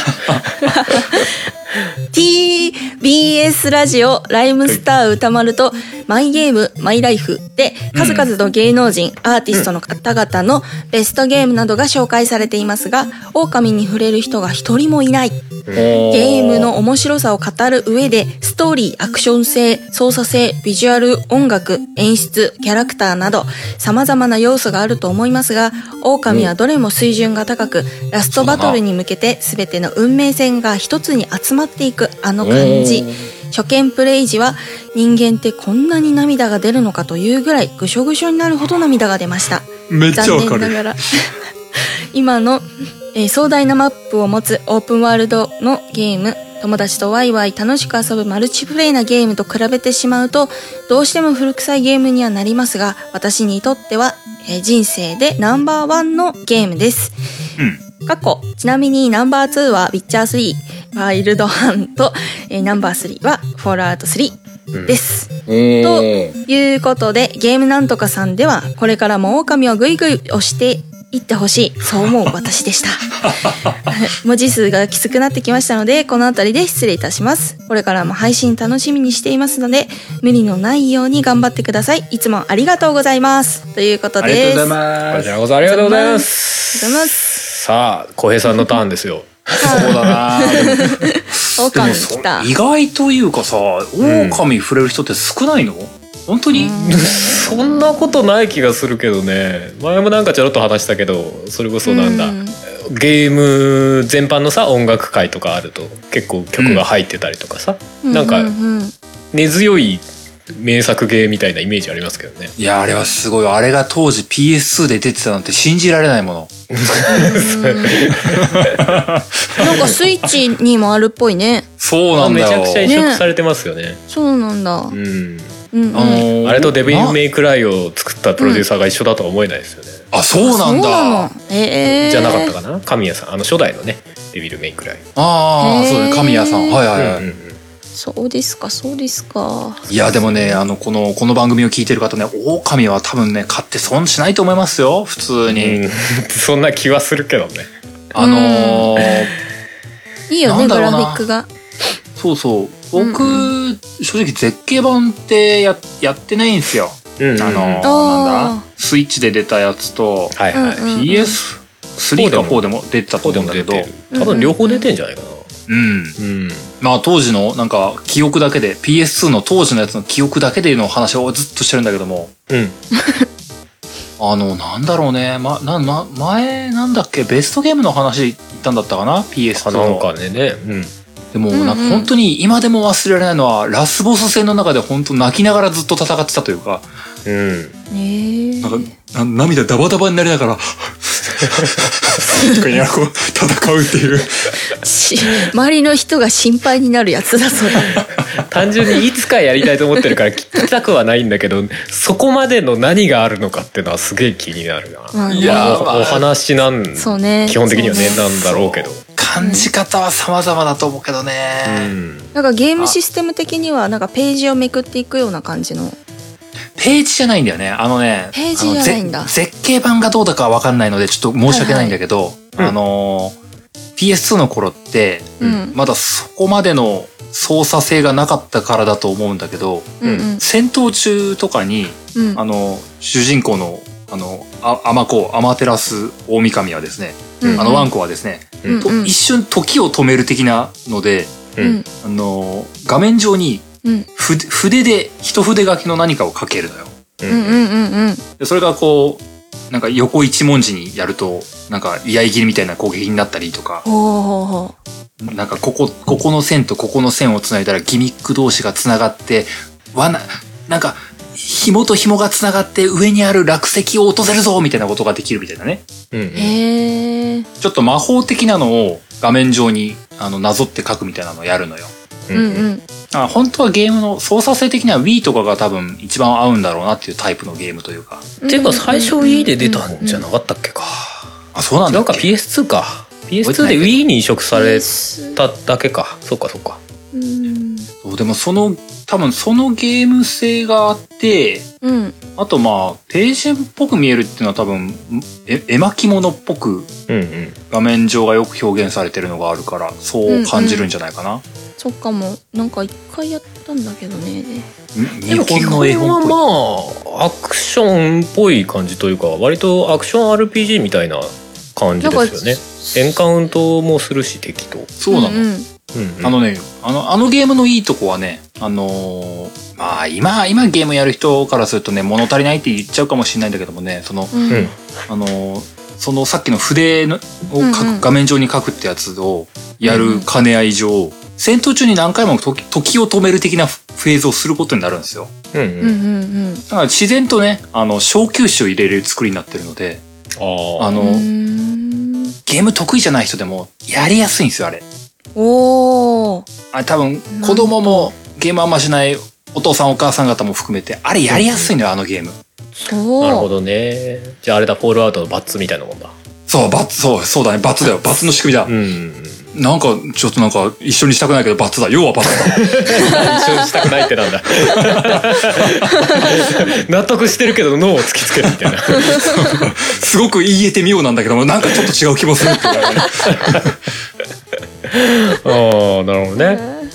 TBS ラジオライムスター歌丸とマイゲームマイライフで数々の芸能人、アーティストの方々のベストゲームなどが紹介されていますが、狼に触れる人が一人もいない。ゲームの面白さを語る上で、ストーリー、アクション性、操作性、ビジュアル、音楽、演出、キャラクターなど、様々な要素があると思いますが、狼はどれも水準が高く、ラストバトルに向けて全ての運命線が一つに集まっていく、あの感じ。初見プレイ時は、人間ってこんなに涙が出るのかというぐらい、ぐしょぐしょになるほど涙が出ました。め残念ながら 今の、えー壮大なマップを持つオープンワールドのゲーム友達とワイワイ楽しく遊ぶマルチプレイなゲームと比べてしまうとどうしても古臭いゲームにはなりますが私にとっては、えー人生でナンバーワンのゲームです過去ちなみにナンバー2は「ウィッチャー3」「ワイルドハント」えーナンバー3は「フォールアウト3」です、ということで、ゲームなんとかさんでは、これからも狼をぐいぐい押していってほしい。そう思う私でした。文字数がきつくなってきましたので、この辺りで失礼いたします。これからも配信楽しみにしていますので、無理のないように頑張ってください。いつもありがとうございます。ということあでりがす。とうございす。こまちすらこそありがとうございますありがとうございます。さあ浩平さんのターンですよそうだなでも狼そ来た。意外というかさ狼触れる人って少ないの本当にそんなことない気がするけどね前もなんかちょろっと話したけどそれこそなんだ、うんゲーム全般のさ音楽会とかあると結構曲が入ってたりとかさ、なんかううんうん根強い名作ゲーみたいなイメージありますけどねいやあれはすごいあれが当時 PS2 で出てたなんて信じられないものなんかスイッチにもあるっぽいね。そうなんだめよちゃくちゃ移植されてますよねそうなんだ。うんうんうん。あのーあれとデビル・なメイク・ライを作ったプロデューサーが一緒だとは思えないですよね、あそうなんだの。ええ。じゃなかったかな神谷さんあの初代のねデビル・メイク・ライ、ああへーそうね神谷さんはいはいはい、うんうんうんそうですか、そうですか。いやでもねあのこのこの番組を聞いてる方ね狼は多分ね買って損しないと思いますよ普通に、うんそんな気はするけどねあのーいいよなね、んグだろうラなフィックが。そうそう僕、うん正直絶景版ってややってないんですよ、うんあのーあーなんだスイッチで出たやつと、はいはい、うんうん PS3 か4でも出てたとこう思でうんだけも出どてる多分両方出てんじゃないかなうんうん、まあ当時のなんか記憶だけで PS2 の当時のやつの記憶だけでの話をずっとしてるんだけどもうん、あのなんだろうね、ま、なな前なんだっけベストゲームの話言ったんだったかな PS2 あのなんかねね、うん、でもうんうんなんか本当に今でも忘れられないのはラスボス戦の中で本当泣きながらずっと戦ってたというかうん、ねえなんかな涙ダバダバになりながらとかにこう戦うっていう。し周りの人が心配になるやつだそれ単純にいつかやりたいと思ってるから聞 きたくはないんだけどそこまでの何があるのかっていうのはすげえ気になるな、まあねいやーおまあお話なんそうね基本的にはねそうなんだろうけど感じ方は様々だと思うけどね。なんかゲームシステム的にはなんかページをめくっていくような感じのページじゃないんだよね。あのね。ページじゃないんだあのぜ絶景版がどうだかはわかんないので、ちょっと申し訳ないんだけど、はいはいあのー PS2 の頃って、うんまだそこまでの操作性がなかったからだと思うんだけど、うんうん戦闘中とかに、うんあの、主人公の、あの、あアマコ、アマテラス大神はですね、うんあのワンコはですね、うんとうん一瞬時を止める的なので、ううんんあの、画面上にうん筆筆で、一筆書きの何かを書けるのよ。うんうんうんうんでそれがこう、なんか横一文字にやると、なんか居合切りみたいな攻撃になったりとか、ほうほうほなんかここ、ここの線とここの線をつないだらギミック同士がつながって、罠、なんか、紐と紐がつながって上にある落石を落とせるぞみたいなことができるみたいなね。うんうへえちょっと魔法的なのを画面上にあのなぞって書くみたいなのをやるのよ。ううんんうんあ本当はゲームの操作性的には Wii とかが多分一番合うんだろうなっていうタイプのゲームというか。ていうか最初 Wii で出たんじゃいなかったっけかあ、そうなんだなっんけ。か PS2 か PS2 で Wii に移植されただけかそうかそうかうんそうでもその、多分そのゲーム性があって、うんあとまあ、ページっぽく見えるっていうのは多分、え絵巻物っぽくうんうん画面上がよく表現されてるのがあるから、そう感じるんじゃないかな。そっかもなんか一回やったんだけどねに日本の絵本っぽい。はまあアクションっぽい感じというか割とアクション RPG みたいな感じですよねエンカウントもするし敵と、そうなの。んんうんうんあのね、あの、あのゲームのいいとこはね、あのーまあ今、今ゲームやる人からするとね、物足りないって言っちゃうかもしれないんだけどもね、その、うんうんあのーそのさっきの筆のをうんうん書く、画面上に書くってやつをやる兼ね合い上、戦闘中に何回も時時を止める的なフェーズをすることになるんですよ。うんうんうんうんだから自然とね、あの、小休止を入れる作りになってるので、あああの、うんゲーム得意じゃない人でもやりやすいんですよ、あれ。おおあ多分子供もゲームあんましないお父さんお母さん方も含めてあれやりやすいのよあのゲームそうなるほどねじゃああれだフォールアウトのバッツみたいなもんだそう罰そうそうだね罰だよ罰の仕組みだうんうんうんなんかちょっとなんか一緒にしたくないけど罰だ要は罰だ 一緒にしたくないってなんだ 納得してるけど脳を突きつけるみた いなすごく言えてみようなんだけどもなんかちょっと違う気もするっていうか ねああなるほどね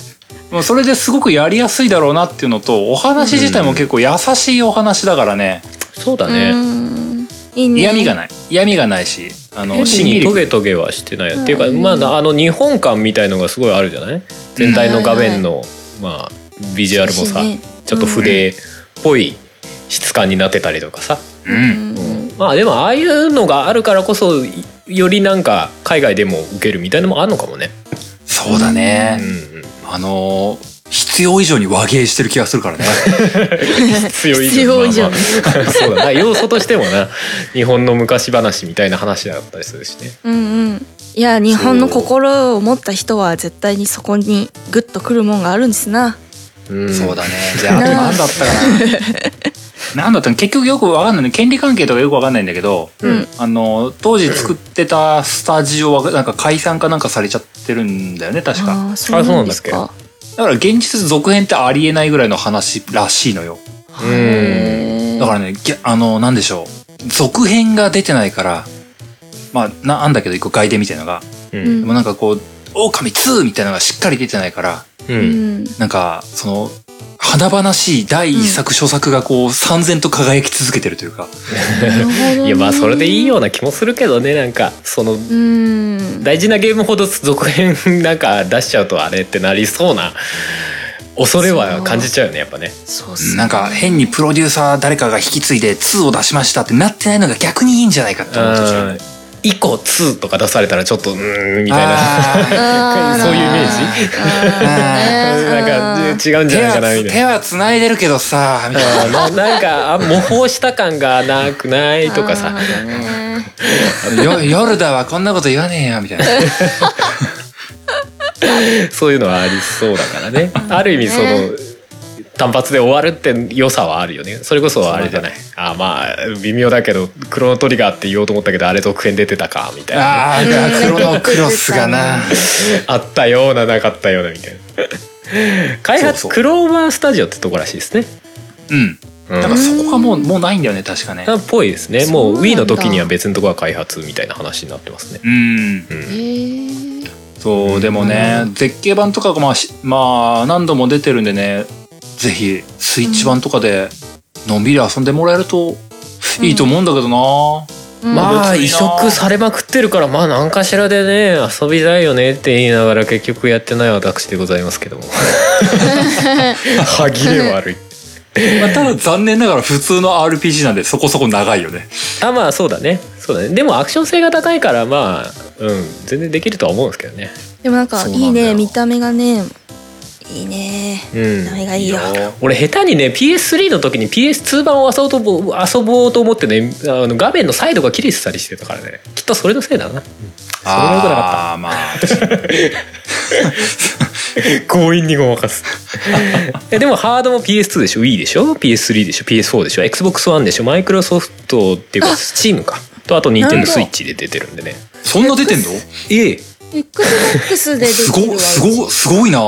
もうそれですごくやりやすいだろうなっていうのとお話自体も結構優しいお話だからねそうだうねんいいね嫌味がない嫌味がないしあのし死んみにりトゲトゲはしてない、うんっていうかまああの日本感みたいのがすごいあるじゃない全体の画面の、まあビジュアルもさ、そうねちょっと筆っぽい質感になってたりとかさ、うん まあでもああいうのがあるからこそいよりなんか海外でも受けるみたいのもあるのかもね、そうだうんね、うん、あの必要以上に和芸してる気がするからね必要以上必要以上にまあまあ そうだな要素としてもな日本の昔話みたいな話だったりするしねうんうんいや日本の心を持った人は絶対にそこにグッとくるもんがあるんですなうんそうだね。じゃあ、あと何だったかな。なんだったの結局よくわかんないね。権利関係とかよくわかんないんだけど、うんあの、当時作ってたスタジオは、なんか解散かなんかされちゃってるんだよね、確か。あーそうなんですあかだから現実続編ってありえないぐらいの話らしいのよ。うんへーだからね、ぎゃあの、なんでしょう。続編が出てないから、まあ、な、なんだけど、一個外伝みたいのが。ううんんでもなんかこう、狼2みたいなのがしっかり出てないから、ううんんなんか、その、華々しい第一作、初作がこう、三然と輝き続けてるというか。なるほどねいやまあそれでいいような気もするけどねなんかそのうん大事なゲームほど続編 なんか出しちゃうとあれってなりそうな恐れは感じちゃうよねやっぱねそうっすねなんか変にプロデューサー誰かが引き継いで2を出しましたってなってないのが逆にいいんじゃないかって思ってしまう。以降2とか出されたらちょっとうーんみたいなな。あー そういうイメージあー なんか違うんじゃ手ないかなみはたい手は繋いでるけどさ、みたいな。なななんかあ模倣した感がなくないとかさあー ねよ夜だわこんなこと言わねえよみたいなそういうのはありそうだからねある意味その単発で終わるって良さはあるよねそれこそあれじゃないあまあ微妙だけど「クロノトリガー」って言おうと思ったけどあれ続編出てたかみたいなああ黒のクロスがなあったようななかったようなみたいな開発そうそうクローバースタジオってとこらしいですねうんうんだからそこがもうもうないんだよね確かねっぽいですねそうもなうんだ Wii の時には別のとこが開発みたいな話になってますねうんえーそうでもね絶景版とかがまあしまあ何度も出てるんでねぜひスイッチ版とかでのんびり遊んでもらえるといいと思うんだけどなうんまあ別にな移植されまくってるからまあ何かしらでね遊びたいよねって言いながら結局やってない私でございますけども歯切れ悪いまあただ残念ながら普通の RPG なんでそこそこ長いよね あまあそうだねそうだねでもアクション性が高いからまあうん全然できるとは思うんですけどねでもなんかそうなんだいよいね見た目がねいいねうん見た目がいいよ俺下手にね PS3 の時に PS2 版を遊ぼうと思遊ぼうと思ってねあの画面のサイドが切れてたりしてたからねきっとそれのせいだなそれは良くなかったああーまあ強引にごまか すえでもハードも PS2 でしょ Wii でしょ PS3 でしょ PS4 でしょ XBOX1 でしょマイクロソフトっていうか Steam かとあと NintendoSwitch で出てるんでねそんな出てんのええ Xbox でですきるごわすごすごいな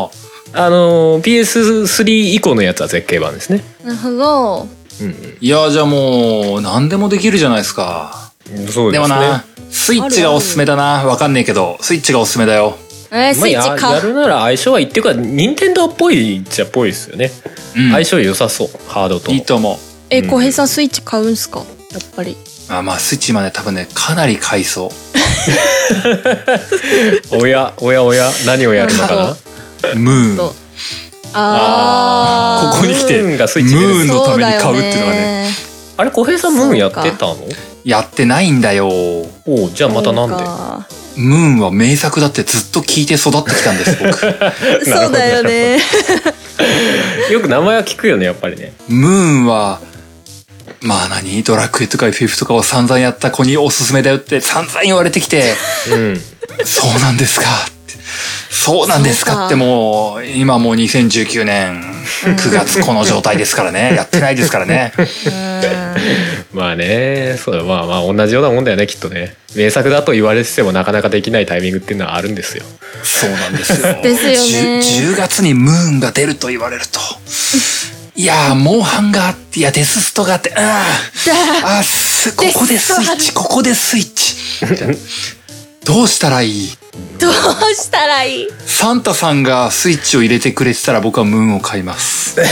あのー PS3 以降のやつは絶景版ですねなるほどうん、いやじゃあもう何でもできるじゃないですかうん、そうですねでもなスイッチがおすすめだなわかんねえけどスイッチがおすすめだよえースイッまチあ、ややかるなら相性はいいっていうか任天堂っぽいっちゃっぽいですよね、うん相性良さそうハードといいと思うえ浩平さんスイッチ買うんすかやっぱりあまあスイッチ今ね多分ねかなり買いそうおやおやおや何をやるのかななんかムーンそうこあーこに来てムムーーンンがスイッチでのために買うっていうのがねあれ小平さんムーンやってそうたのやってないんだよおうじゃあまたなんでムーンは名作だってずっと聞いて育ってきたんです 僕でそうだよねよく名前は聞くよねやっぱりねムーンはまあ何ドラクエとか FF とかを散々やった子におすすめだよって散々言われてきてうんそうなんですかって。そうなんですかってもう、今もう2019年9月この状態ですから ね。やってないですからね。まあねそうまあまあ同じようなもんだよねきっとね名作だと言われててもなかなかできないタイミングっていうのはあるんですよそうなん ですよ。ですよねじゅ 10, 月にムーンが出ると言われると。いやー、モンハンがあって、いや、デスストがあって、あ あ、あーす、ここでスイッチ、ここでスイッチ。みたいなどうしたらいいどうしたらいいサンタさんがスイッチを入れてくれてたら僕はムーンを買います。あ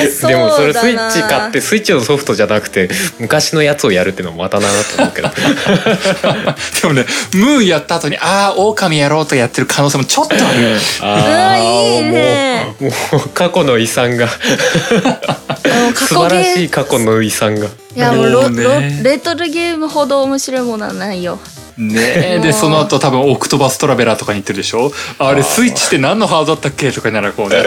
ーそ うでだなもそれスイッチ買ってスイッチのソフトじゃなくて昔のやつをやるっていうのもまたなと思うけ どでもね、ムーンやった後に、ああ、狼やろうとやってる可能性もちょっとある。あーうわいいねもうもう過去の遺産があの過素去晴ゲらーしい過去の遺産 がいやもうもロうねロレトロゲームほど面白いものはないよねえ、もうで、その後多分オクトバストラベラーとかに行ってるでしょあれ、スイッチって何のハードだったっけとかにならこうね。いや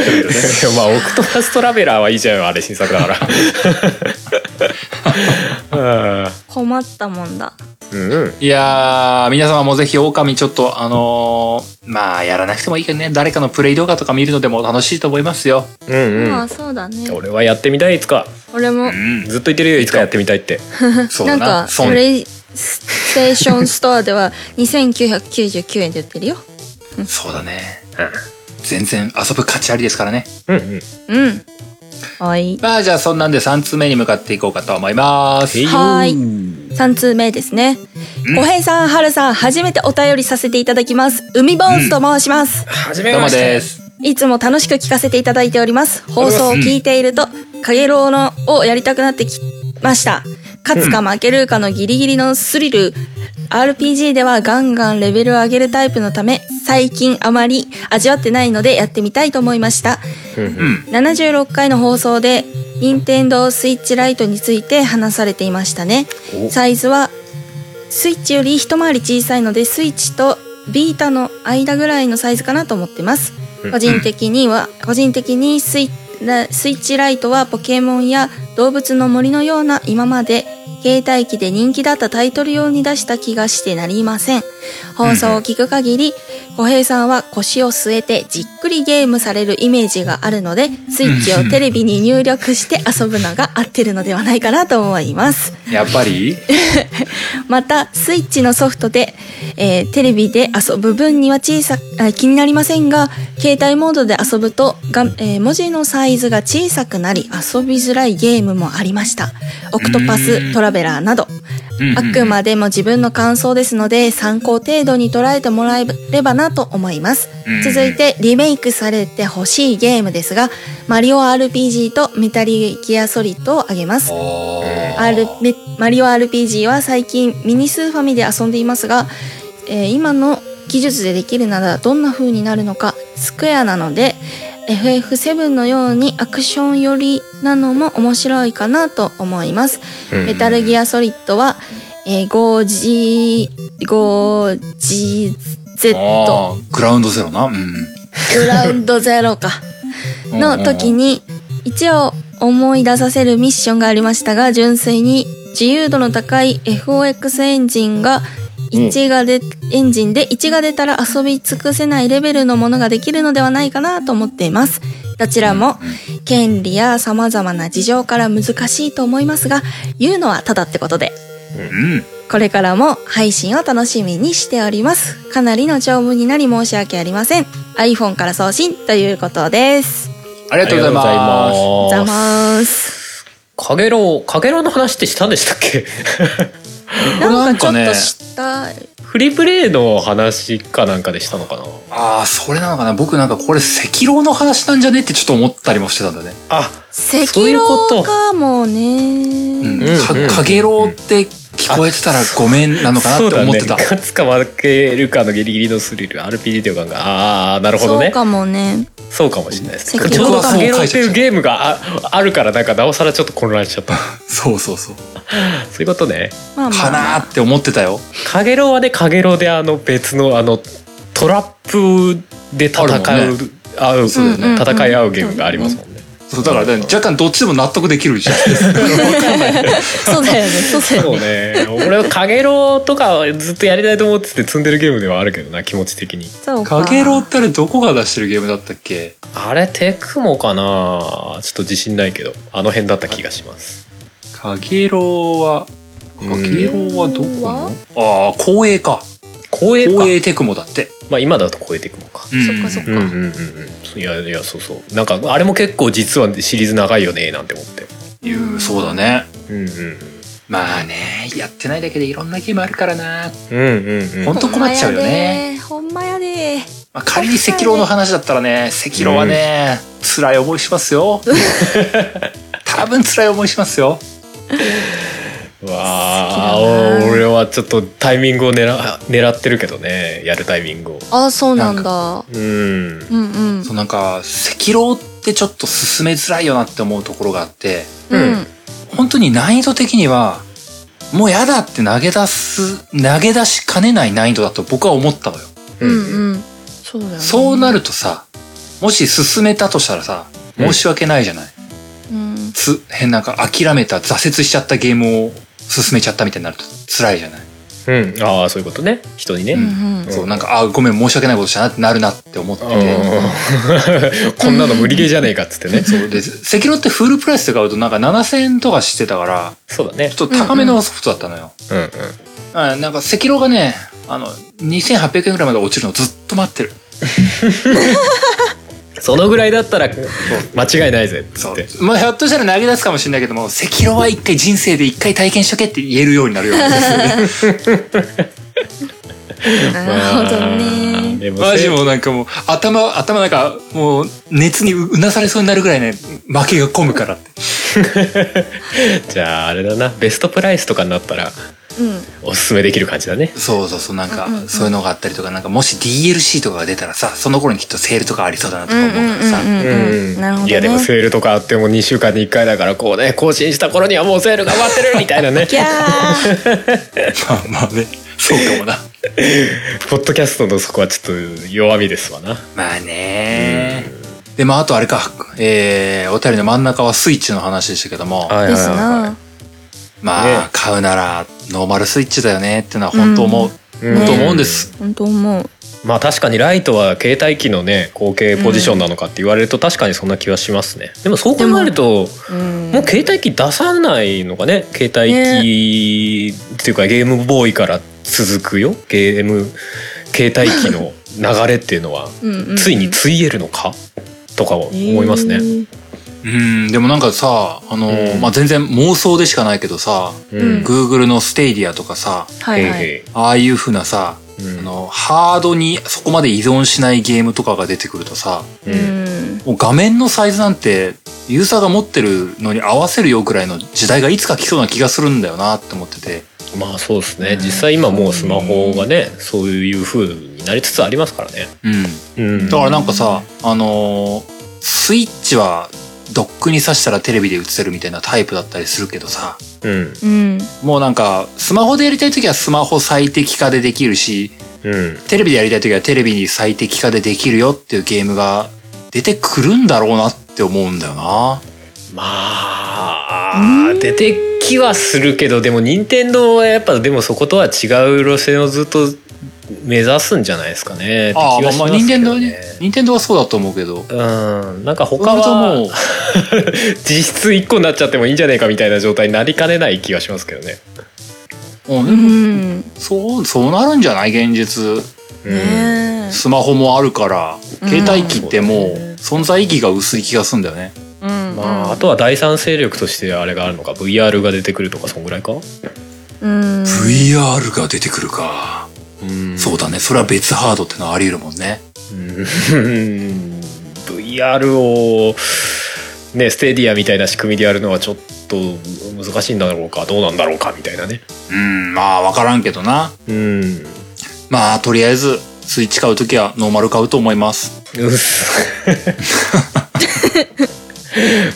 まあオクトパストラベラーはいいじゃんよあれ新作 だから困ったもんだうんうんいやー、皆様もぜひ狼ちょっと、あのーまあ、やらなくてもいいけどね、誰かのプレイ動画とか見るのでも楽しいと思いますよ。うんまうあそうだねん俺はやってみたいいつか俺うもん。ずっと言ってるよいつかやってみたいってそうなだんかな。そうプレイステーションストアでは2999円で売ってるよそうだね。全然遊ぶ価値ありですからね。うんうんうんはいまあ、じゃあそんなんで3通目に向かっていこうかと思います。いいよはー3通目ですね小平さん春さん初めてお便りさせていただきます海ボーンズと申します、始どめうもましてです。いつも楽しく聞かせていただいております。放送を聞いていると、かげろうのをやりたくなってきました。勝つか負けるかのギリギリのスリル。RPG ではガンガンレベルを上げるタイプのため、最近あまり味わってないのでやってみたいと思いました。うん。 76回の放送で、任天堂スイッチライトについて話されていましたね。サイズはスイッチより一回り小さいのでスイッチとビータの間ぐらいのサイズかなと思ってますうん個人的には個人的にスイラスイッチライトはポケモンや動物の森のような今まで携帯機で人気だったタイトル用に出した気がしてなりません放送を聞く限り小平さんは腰を据えてじっくりゲームされるイメージがあるのでスイッチをテレビに入力して遊ぶのが合ってるのではないかなと思いますやっぱりまたスイッチのソフトで、えーテレビで遊ぶ分には小さあ気になりませんが携帯モードで遊ぶとが、えー文字のサイズが小さくなり遊びづらいゲームもありましたオクトパうんストラベラーなどあくまでも自分の感想ですので参考程度に捉えてもらえればなと思いますうん続いてリメイクされてほしいゲームですがマリオ RPG とメタリギアソリッドを挙げますおー R メマリオ RPG は最近ミニスーファミで遊んでいますが、えー今の技術でできるならどんな風になるのかスクエアなので FF7 のようにアクション寄りなのも面白いかなと思います。うんメタルギアソリッドは、えー 5G、5GZ あーグラウンドゼロなうんグラウンドゼロか。の時に一応思い出させるミッションがありましたが純粋に自由度の高い FOX エンジンが1がで、エンジンで1が出たら遊び尽くせないレベルのものができるのではないかなと思っています。どちらも権利や様々な事情から難しいと思いますが言うのはただってことでうんこれからも配信を楽しみにしております。かなりの長文になり申し訳ありません。iPhone から送信ということです。ありがとうございますおはようございす。ます。かげろう、かげろうの話ってしたんでしたっけ なんかちょなんっかねとしたい。フリープレイの話かなんかでしたのかなああそれなのかな僕なんかこれ赤老の話なんじゃねってちょっと思ったりもしてたんだねあ、赤そういうこと老かもうね。んうんうんかかげろうって聞こえてたらごめんなのかなって思ってたそうだね、勝つか負けるかのギリギリのスリル RPG というかがああなるほどそうねかもね。そうかもしれないです赤ね狼ちょうど「僕かはそうげろう」解って釈いしうたゲームがああるからなんかなおさらちょっと混乱しちゃったそうそうそうそういうことねまあかまあ。なーって思ってたよかげろうはねかげろうであの別のあのトラップで戦うあるもん合うそうだよね戦い合うゲームがありますもんねそうだからね若干どっちでも納得できる じゃんそうだよね。そうだよそうね。ね俺はかげろうとかはずっとやりたいと思ってて積んでるゲームではあるけどな気持ち的にそうかげろうってあれどこが出してるゲームだったっけあれテクモかなちょっと自信ないけどあの辺だった気がしますかげろうはかげろうはどこのうああ光栄か光栄か光栄テクモだってまあ今だと超えていくのか、うんそっかそっうんうんうんうんいやいやそうそうなんかあれも結構実はシリーズ長いよねなんて思っていうそうだねうんうんまあねやってないだけでいろんなゲームあるからな、うんうんうほんんと困っちゃうよね。ほんまやで。まあ、仮に赤狼の話だったらね赤狼はね、辛い思いします よ多分辛い思いしますよわあ好きだな俺はちょっとタイミングを狙狙ってるけどねやるタイミングをあ、そうなんだ。うんうんうんそうなんか赤狼ってちょっと進めづらいよなって思うところがあってうん。本当に難易度的にはもうやだって投げ出す投げ出しかねない難易度だと僕は思ったのよううんうんんうん。そうだよね。そうなるとさもし進めたとしたらさ申し訳ないじゃない、うん。つ変なんか諦めた挫折しちゃったゲームを進めちゃったみたいになると辛いじゃない、うんああそういうことね人にね、うんんそうなんかあごめん申し訳ないことしたなってなるなって思ってうんて、こんなの無理ゲーじゃねえかっつってね、そうで赤狼ってフルプライスで買うとなんか7000円とかしてたからそうだねちょっと高めのソフトだったのよ、うんうんあなんか赤狼がねあの2800円ぐらいまで落ちるのずっと待ってるそのぐらいだったら間違いないぜっつそっうてまあひょっとしたら投げ出すかもしれないけども赤狼は一回人生で一回体験しとけって言えるようになるよ なるほどね。でもマジもうなんかもう頭頭なんかもう熱にううなされそうになるぐらいね負けが込むからってじゃああれだなベストプライスとかになったらうんおすすめできる感じだねそうそうそう、なんかうんうんう、んそういうのがあったりとか、なんか、もし DLC とかが出たらさ、その頃にきっとセールとかありそうだなとか思うからさ、うんうんなるほどねいやでもセールとかあっても2週間に1回だからこうね更新した頃にはもうセールが終わってるみたいな ねギャーまあ まあね、そうかもな。ポッドキャストのそこはちょっと弱みですわなまあねで、まああとあれか、えー、お便りの真ん中はスイッチの話でしたけども、ですなまあ、ね買うならノーマルスイッチだよねってのは本当思う、うん本当思うんです、本当思うまあ確かにライトは携帯機のね後継ポジションなのかって言われると確かにそんな気はしますねでもそう考えるとうんもう携帯機出さないのかね携帯機、っていうかゲームボーイから続くよゲーム携帯機の流れっていうのはうんうんついについえるのかとか思いますねえ。ーうんでもなんかさあの、うんまあ、全然妄想でしかないけどさ、うんうん Google のステイディアとかさはいはいへああいうふうなさ、いへいうんあのハードにそこまで依存しないゲームとかが出てくるとさううんんもう画面のサイズなんてユーザーが持ってるのに合わせるよくらいの時代がいつか来そうな気がするんだよなって思っててまあそうですね実際今もうスマホがねそういう風になりつつありますからね。うんうんだからなんかさ、あのースイッチはドックに挿したらテレビで映せるみたいなタイプだったりするけどさ、うんうんもうなんか、スマホでやりたいときはスマホ最適化でできるし、うんテレビでやりたいときはテレビに最適化でできるよっていうゲームが出てくるんだろうなって思うんだよな。まあ出てきはするけどでも任天堂はやっぱでもそことは違う路線をずっと目指すんじゃないですかね。ああ、っまて気はあしまあ、ま任すけ天ど堂ね、任天堂はそうだと思うけど。うん、なんか他割ともはう実質1個になっちゃってもいいんじゃねえかみたいな状態になりかねない気がしますけどね。うんう、んそう、そうなるんじゃない現実。うんねえスマホもあるから、うん携帯機ってもうそうだね存在意義が薄い気がするんだよね。うんまあ、あとは第三勢力としてあれがあるのか VR が出てくるとかそんぐらいか、うん VR が出てくるか。うん、そうだね。それは別ハードってのはあり得るもんね。うん VR をねステディアみたいな仕組みでやるのはちょっと難しいんだろうかどうなんだろうかみたいなねうん、まあわからんけどな。うんまあとりあえず、スイッチ買うときはノーマル買うと思います。うっす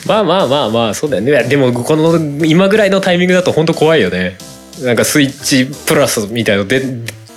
まあまあまあまあそうだよねいやでもこの今ぐらいのタイミングだと本当怖いよねなんかスイッチプラスみたいので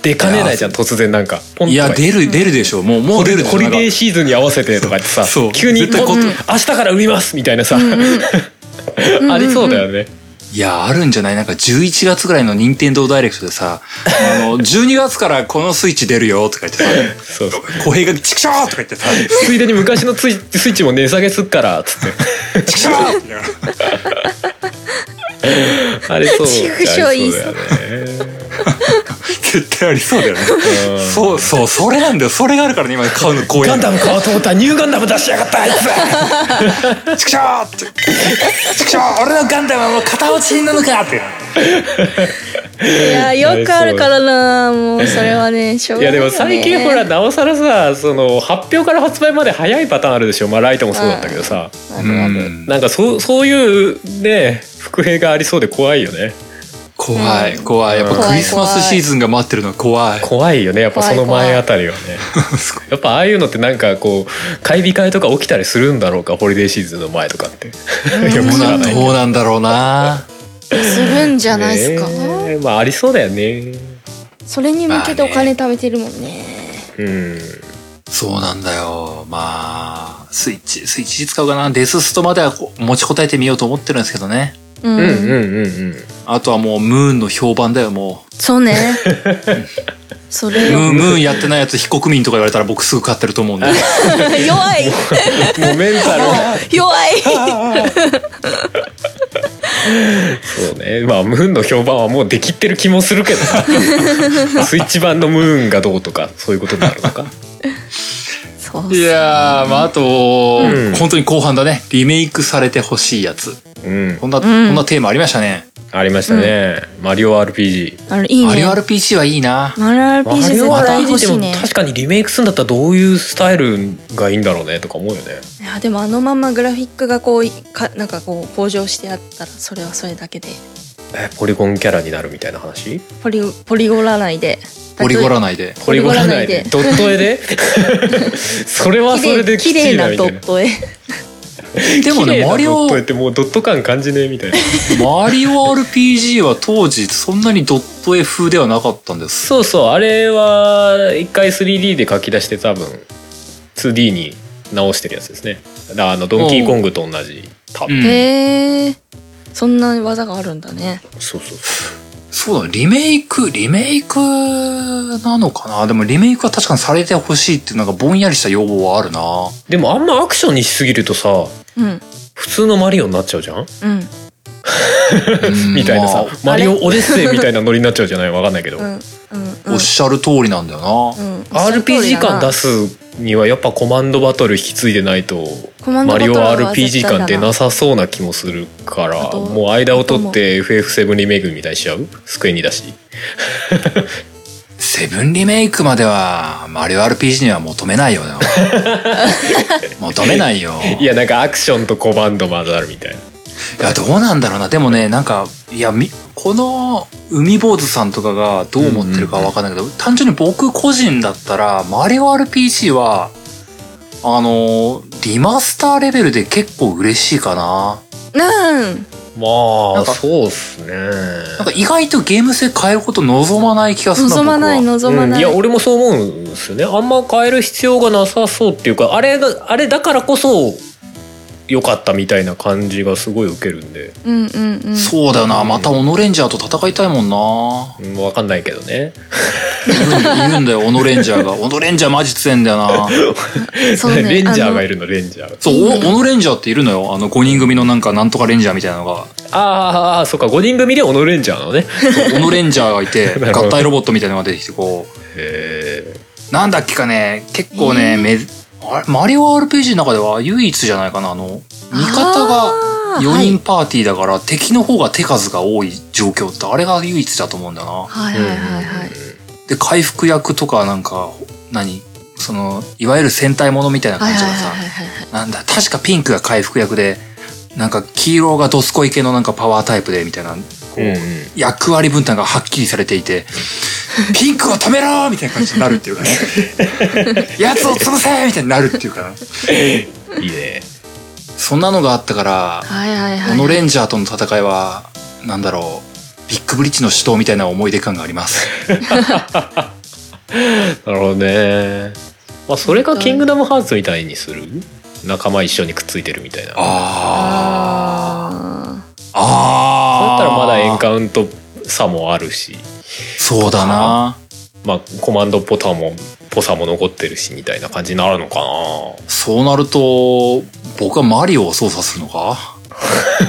出かねないじゃん突然なんかポンいとかや、出る、出るでしょう。もう、もう出るでしょホう。なリんかデーシーズンに合わせてとかってさそう急に絶対ここう明日から売りますみたいなさ、ありそうだよね、いや、あるんじゃないなんか11月ぐらいの任天堂ダイレクトでさ、あ の、12月からこのスイッチ出るよとか言って さ、そうそう小平がチクショーとか言ってさ、ついでに昔のツイスイッチも値下げすっからっつ ってチクショーみたいな。あれそうちくしょう言いあそうりそうだよね絶対ありそうだよね。うんそうそう、それなんだよ。それがあるからね、今買うの怖い。ガンダム買おうと思ったらニューガンダム出しやがったあいつチクショーって。チクショー俺のガンダムはもう片落ちなのかって。いやよくあるからなもうそれはねしょういやがないでよねも最近ほらなおさらさその発表から発売まで早いパターンあるでしょまあライトもそうだったけどさうんなんかそうそういうね伏兵がありそうで怖いよね怖い怖いやっぱクリスマスシーズンが待ってるのは怖い怖いよねやっぱその前あたりはねやっぱああいうのってなんかこう買い控えとか起きたりするんだろうかホリデーシーズンの前とかっていやどう知ならんないどうなんだろうなするんじゃないですか、ねえまあありそうだよねそれに向けてお金貯めてるもんね,、うんそうなんだよまあスイッチスイッチ使うかなデスストまではこう持ちこたえてみようと思ってるんですけどねうんうんうんうんうんあとはもうムーンの評判だよもそうねそれうよムーンムーンやってないやつ非国民とか言われたら僕すぐ買ってると思うんで弱いもうメンタルが弱いそうねまあムーンの評判はもうできってる気もする けどさスイッチ版のムーンがどうとかそういうことになるのかそういやーまああと、うん本当に後半だねリメイクされてほしいやつうんこんな、こんなテーマありましたねありましたね、マリオ RPG あれいいあれね RPG はいいなマラマ RPG リオ絶対欲 RPG しいでもね確かにリメイクするんだったらどういうスタイルがいいんだろうねとか思うよねいやでもあのままグラフィックがこうかなんかこう向上してあったらそれはそれだけでえポリゴンキャラになるみたいな話ポリポリゴラ内でポリゴラ内で。ポリゴン内でドポット絵で それはそれでき綺つい麗ななみドたいなット絵 でも綺麗ね、なマリドオット、絵ってもうドット感感じねえみたいなマリオ RPG は当時そんなにドット絵風ではなかったんです。 そうそうあれは一回 3D で書き出して多分 2D に直してるやつですねだからあのドンキーコングと同じ多分、うんへえそんな技があるんだねそうそうそそうだね、リメイク、リメイクなのかなでもリメイクは確かにされてほしいっていうなんかぼんやりした要望はあるなうでもあんまアクションにしすぎるとさうん普通のマリオになっちゃうじゃんうんうん みたいなさ、まあマリオオデッセイみたいなノリになっちゃうじゃないわかんないけど、うんうんうんおっしゃる通りなんだよな。うん RPG 感出すにはやっぱコマンドバトル引き継いでないとコマンドマバトリルオは RPG 感出なさそうな気もするかあらともう間を取って FF7 リメイクみたいにしちゃうスクエニだしセブンリメイクまでは、マリオ RPG には求めないよ な。求めないよ。いやなんかアクションとコマンド混ざるみたいないや、どうなんだろうな。でもね、なんか、いや、み、この、海坊主さんとかがどう思ってるかはわかんないけど、単純に僕個人だったら、マリオ RPG は、あのー、リマスターレベルで結構嬉しいかな。うんまなあんかそうっすねなんか意外とゲーム性変えること望まない気がするな。望まない僕は望まうんないい、や俺もそう思うんですよねあんま変える必要がなさそうっていうかあれがあれだからこそ良かったみたいな感じがすごい受けるんで、うんうんうんそうだよな。またオノレンジャーと戦いたいもんな。うん、分かんないけどねいるんだよ、オノレンジャーが。オノレンジャーマジ強いんだよな。そう ねレンジャーがいるるのレンジャーがそう、いいおねオノレンジャーっているのよ。あの、5人組のなんか、なんとかレンジャーみたいなのが。あーあーあーそっか5人組でオノレンジャーなのねオノレンジャーがいて なるほど合体ロボットみたいなのが出てきてこへえうなんだっけかね結構ね、えーめあれマリオ RPG の中では唯一じゃないかなあの味方が4人パーティーだから、敵の方が手数が多い状況ってあれが唯一だと思うんだな。はいはいはいはいで回復役とかなんか何そのいわゆる戦隊ものみたいなはいはい感じがさ、はいはいはいなんだ確かピンクが回復役でなんか黄色がドスコイ系のなんかパワータイプでみたいなこう、うんうん役割分担がはっきりされてい て、ピンクを止めろーみたいな感じになるっていうかね。 奴を潰せーみたいになるっていうか、 いいねそんなのがあったから、はいはいはオいノレンジャーとの戦いは、なんだろう、ビッグブリッジの死闘みたいな思い出感があります。なるほどねまあそれかキングダムハーツみたいにする仲間一緒にくっついてるみたいなだっあー。ああー。たらまだエンカウント差もあるしそうだな。まあコマンドポタもポサも残ってるしみたいな感じにな るのかそうなると、僕はマリオを操作するのか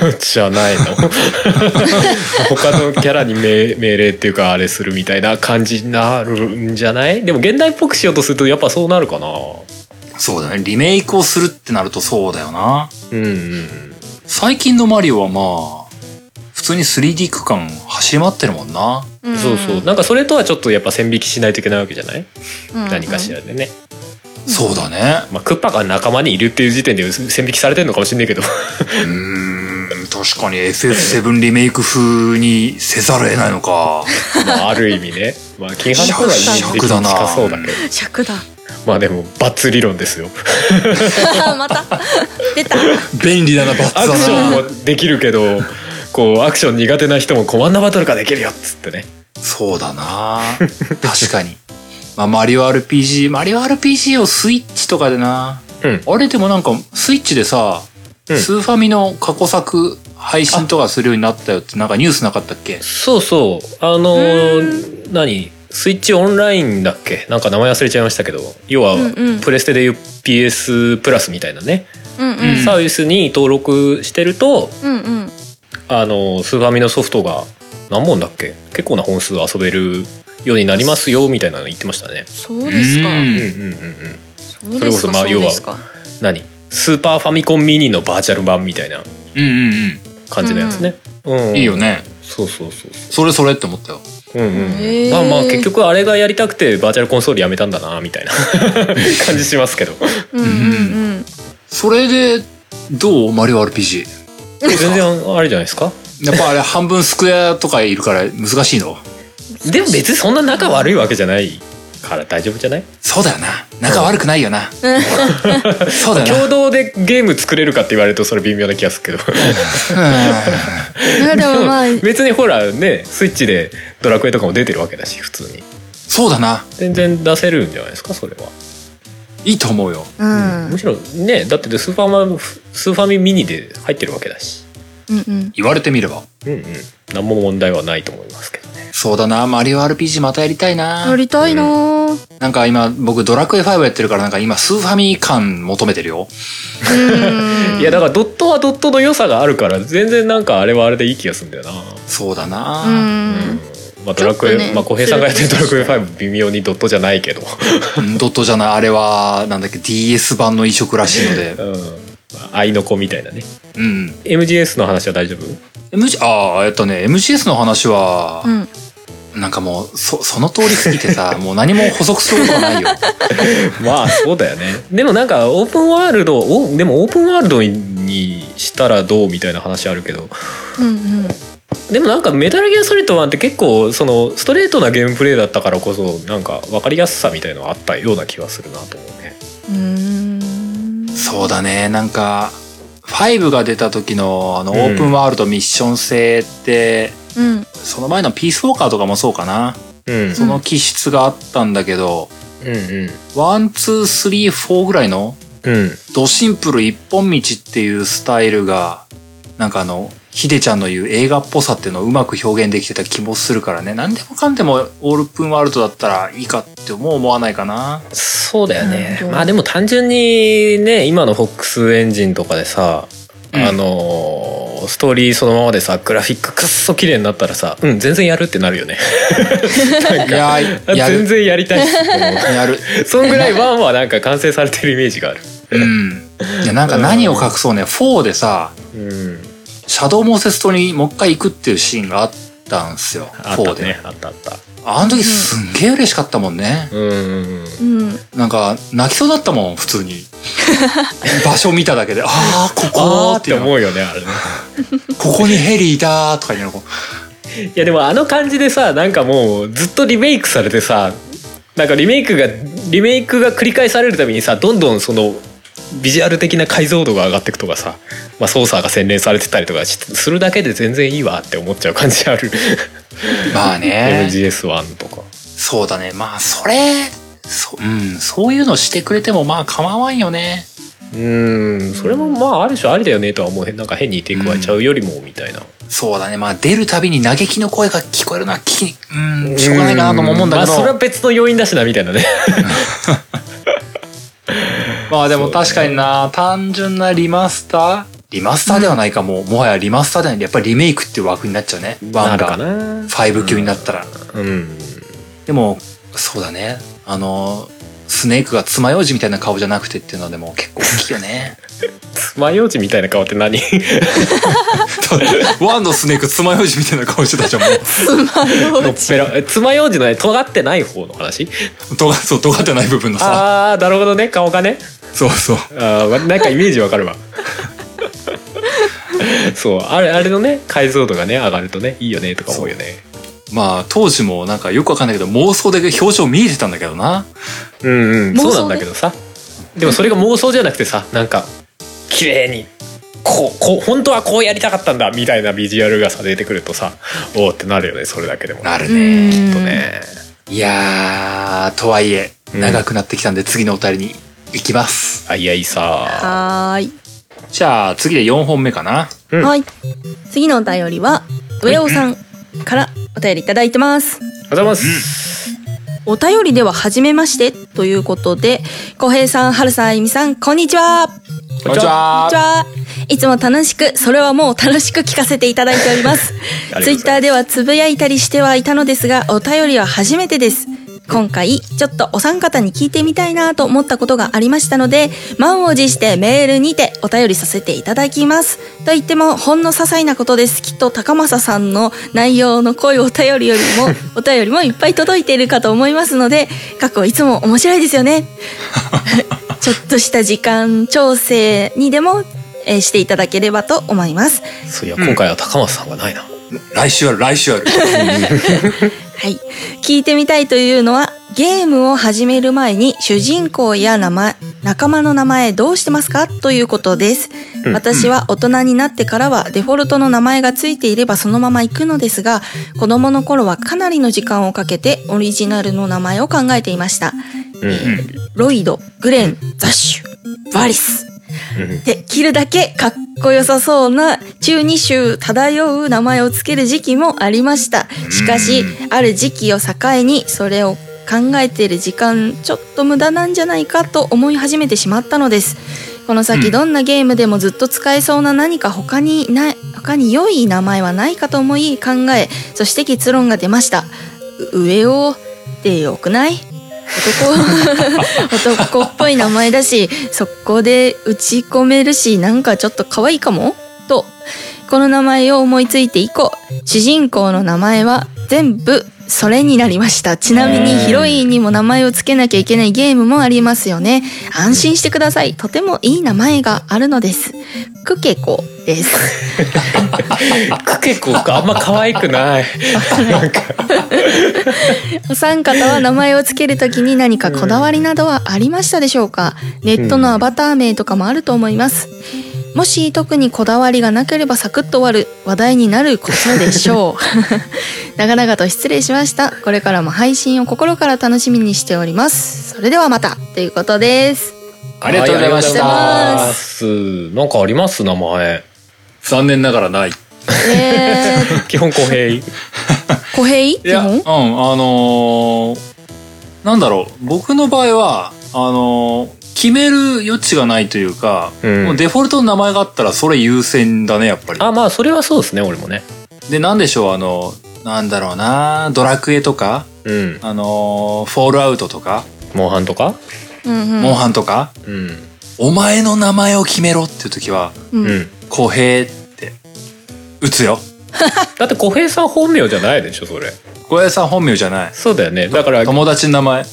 なじゃないの 他のキャラに命命令っていうかあれするみたいな感じになるんじゃないでも現代っぽくしようとするとやっぱそうなるかなそうだね。リメイクをするってなるとそうだよな。うんうん最近のマリオはまあ、普通に 3D 区間走り回ってるもんな。ーんそうそうなんかそれとはちょっとやっぱ線引きしないといけないわけじゃない、うんうん何かしらでね、そうだね。まあ、クッパが仲間にいるっていう時点で線引きされてるのかもしれない けどうーん、確かに FF7 リメイク風にせざるを得ないのか。まあある意味ねまあ金八とはいいべきに近そうだけど尺だ まあでもバツ理論ですよまた出た便利だな、バッアクションもできるけどこうアクション苦手な人もコマンドバトルができるよっつってねそうだな。確かに。まあ、マリオ RPG、マリオ RPG をスイッチとかでな。うんあれでもなんか、スイッチでさ、うんスーファミの過去作配信とかするようになったよってなんかニュースなかったっけそうそうあのー何スイッチオンラインだっけなんか名前忘れちゃいましたけど要はうんうんプレステでいう PS プラスみたいなね、うんうんんサービスに登録してるとうんうんあのスーファミのソフトが何本だっけ結構な本数遊べるようになりますよみたいなの言ってましたね。そうですかうんうんうんうんうん、そうですかそれこそまあうですか何スーパーファミコンミニのバーチャル版みたいなうんうん感じのやつね。うんうん。いいよ。ね。そうそうそうそそれそれって思ったよ。う。うんうんへーまあまあ結局あれがやりたくてバーチャルコンソールやめたんだなみ たいな感じしますけどうんうんうんそれで、どうマリオ RPG。全然あれじゃないですかやっぱあれ半分スクエアとかいるから難しいのでも別にそんな仲悪いわけじゃないから大丈夫じゃないそうだよな仲悪くないよな そう だよ共同でゲーム作れるかって言われるとそれ微妙な気がするけどなやでもまあ別にほらねスイッチで「ドラクエ」とかも出てるわけだし普通にそうだな全然出せるんじゃないですかそれは、いいと思うようんむしろねだってスーパーマンスーファミミニで入ってるわけだしうんうん言われてみればうんうん何も問題はないと思いますけどねそうだなマリオ RPG またやりたいやなりたいなーなんか今僕ドラクエ5やってるからなんか今スーファミ感求めてるようんいやだからドットはドットの良さがあるから全然なんかあれはあれでいい気がするんだよなそうだな、ううんんまあドラクちょエ、っとねまあ小平さんがやってるドラクエ5微妙にドットじゃないけど、 うんドットじゃないあれはなんだっけ DS 版の移植らしいのでうんまあ愛の子みたいなねうん MGS の話は大丈夫 MG ああえっとね MGS の話はう、んなんかもうそその通りすぎてさもう何も補足することがないよまあそうだよね でもなんかオープンワールドおでもオープンワールドにしたらどうみたいな話あるけどうんうんでもなんかメタルギアソリッド1って結構そのストレートなゲームプレイだったからこそなんか分かりやすさみたいのはあったような気がするなと思うねうーんそうだねなんか5が出た時のあのオープンワールドミッション制って、うんその前のピースウォーカーとかもそうかなうんその気質があったんだけど、うんワンツースリーフォーぐらいのうんうんドシンプル一本道っていうスタイルがなんかあのヒデちゃんの言う映画っぽさっていうのをうまく表現できてた気もするからね何でもかんでもオープンワールドだったらいいかっても思わないかなそうだよねなるほどまあでも単純にね今の FOX エンジンとかでさ、うんあのーストーリーそのままでさグラフィックくっそ綺麗になったらさうん全然やるってなるよねなんいやかーや 全る然やりたいって思やるうそんぐらい1はなんか完成されてるイメージがあるうんいやなんか何を隠そうね4でさうんシャドウモンセス島にもう一回行くっていうシーンがあったんすよあった4で、ねあったあったあの時すんげえ嬉しかったもんねうんうんうんうんなんか泣きそうだったもん普通 に場所見ただけでああここあーーっってて思うよねあれねここにヘリいたーとか言うのこいやでもあの感じでさなんかもうずっとリメイクされてさなんかリメイクがリメイクが繰り返されるたびにさどんどんそのビジュアル的な解像度が上がっていくとかさ、まあ、操作が洗練されてたりとかしするだけで全然いいわって思っちゃう感じある、うまあね MGS1 とかそうだねまあそれそ,、うん、そういうのしてくれてもまあ構わんよねうーんそれもまあある種ありだよねとは思うなんか変に手加えちゃうよりもみたいな、そうだねまあ出るたびに嘆きの声が聞こえるのは聞きうんしょうがないかなとも思うんだけどまあ、それは別の要因だしなみたいなねまあでも確かにな、単純なリマスターリマスターではないかも、うもはやリマスターではないやっぱりリメイクっていう枠になっちゃうねな1るがかな5級になったら、うんでもそうだねあのスネークが爪楊枝みたいな顔じゃなくてっていうのはでも結構大きいよねマヨみたいな顔って何 ワンのスネーク爪楊枝みたいな顔してたじゃんもうのっぺらえ爪楊枝のね尖ってない方の話尖そう尖ってない部分のあーなるほどね顔がねそうそうあーわなんかイメージわか るわそうあれあれのね解像度がね上がるとねいいよねとか思うよねまあ当時もなんかよくわかんないけど妄想で表情見えてたんだけどなうんうん妄想そねうなんだけどさでもそれが妄想じゃなくてさなんか綺麗にこうこう本当はこうやりたかったんだみたいなビジュアルがさ出てくるとさおおってなるよねそれだけでもなるうねんとねいやーとはいえうん長くなってきたんで次のお便りに行きます、あいやいいさはーいじゃあ次で4本目かなうんはい。次のお便りは、上尾さんからお便りいただいてます。おはようございますお便りでは、初めましてということで、小平さん、春さん、あゆみさん、こんにちは。こんにちこんにちははいつも楽しく、それはもう楽しく聞かせていただいており ありがます。とうございますツイッターではつぶやいたりしてはいたのですが、お便りは初めてです。今回、ちょっとお三方に聞いてみたいなと思ったことがありましたので、満を持してメールにてお便りさせていただきます。と言っても、ほんの些細なことです。きっと高政さんの内容の濃いお便りより も、お便りもいっぱい届いているかと思いますので、過去い つも面白いですよね。ちょっとした時間調整にでもえーしていただければと思います。そういや今回は高松さんがないな、来週ある、来週 ある。はい。聞いてみたいというのは、ゲームを始める前に主人公や名前、仲間の名前どうしてますかということです。うん私は大人になってからはデフォルトの名前がついていればそのまま行くのですが、子供の頃はかなりの時間をかけてオリジナルの名前を考えていました。うんロイド、グレン、ザッシュ、バリス。できるだけかっこよさそうな中二種漂う名前をつける時期もありましたしかしある時期を境にそれを考えている時間ちょっと無駄なんじゃないかと思い始めてしまったのですこのう先んどんなゲームでもずっと使えそうな何か他にない他に良い名前はないかと思い考えそして結論が出ましたう上をでよくない男男っぽい名前だし速攻で打ち込めるしなんかちょっと可愛いかもとこの名前を思いついて以降主人公の名前は全部それになりましたちなみにヒロインにも名前を付けなきゃいけないゲームもありますよね安心してくださいとてもいい名前があるのですクケコですクケコあんま可愛くないなんかお三方は名前を付けるときに何かこだわりなどはありましたでしょうかネットのアバター名とかもあると思います。もし特にこだわりがなければサクッと終わる話題になることでしょう。 長々と失礼しました。これからも配信を心から楽しみにしております。それではまたということです。ありがとうございましたはいありがとうございますなんかあります名前残念ながらない。いえー、基本公平小平基や、うん、あ本のーなんだろう。僕の場合は、あのー決める余地がないというか、うんもうデフォルトの名前があったらそれ優先だね、やっぱり。あまあそれはそうですね俺もねで、なんでしょう、あの、なんだろうな、ドラクエとか、うんあのーフォールアウトとか、モンハンとかうんうんモンハンとか、うんお前の名前を決めろっていう時は、ううんん小平って、打つよ。だって小平さん本名じゃないでしょそれ小平さん本名じゃない。そうだよねだから友達の名 前。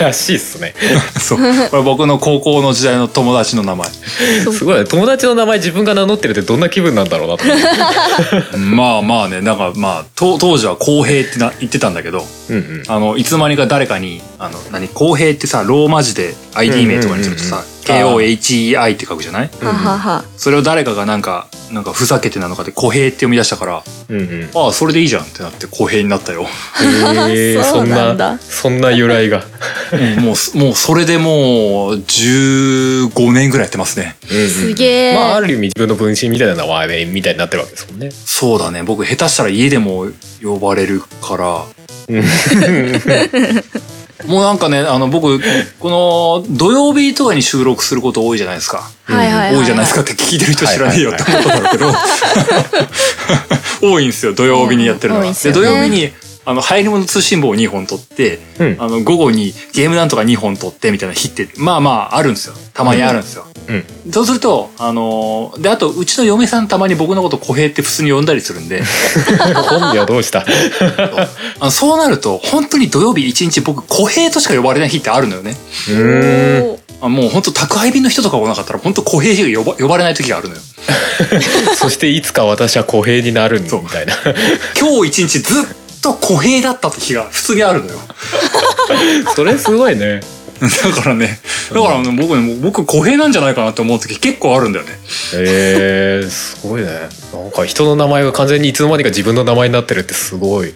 らしいっすねそう。これ僕の高校の時代の友達の名前。すごいね友達の名前自分が名乗ってるってどんな気分なんだろうなと 思ってまあまあね、なんかまあ、と当時は公平ってな言ってたんだけど、うんうんあの、いつの間にか誰かに、あの、何、公平ってさ、ローマ字で ID 名とかにするとさ、うんうんうんうん KOHEI って書くじゃないははは。それを誰かがなんか、なんかふざけてなのかで、小平って読み出したから、うん うんああ、それでいいじゃんってなって小平になったよ。へーそうなんだそんなそんな由来 が、もうす、もうそれでもう、15年ぐらいやってますね。すげえ。まあある意味自分の分身みたいな名前みたいになってるわけです もんねそうだね。僕、下手したら家でも呼ばれるから。 もうなんかね、あの、僕、この、土曜日とかに収録すること多いじゃないですか。はいはいはは多いじゃないですかって聞いてる人知らねえよって思ったんだ けど。多いんですよ、土曜日にやってるのうん多いが。っすよで、ね土曜日に、あの、入り物通信簿を2本取って、うんあの、午後にゲームなんとか2本取ってみたいな日って、まあまああるんですよ。たまにあるんですよ。うんそうすると、あのーで、あと、うちの嫁さんたまに僕のこと小平って普通に呼んだりするん で、本名はどうしたあのそうなると、本当に土曜日一日僕、小平としか呼ばれない日ってあるのよね。うんおーあもう本当宅配便の人とか来なかったら、本当小平が呼ば呼ばれない時があるのよ。そしていつか私は公平になるみたい な今日一日ずっと小平だったって日が普通にあるのよ。それすごいねだからね、だからね僕ね、僕小平なんじゃないかなって思う時結構あるんだよね。えー、すごいねなんか人の名前が完全にいつの間にか自分の名前になってるってすごい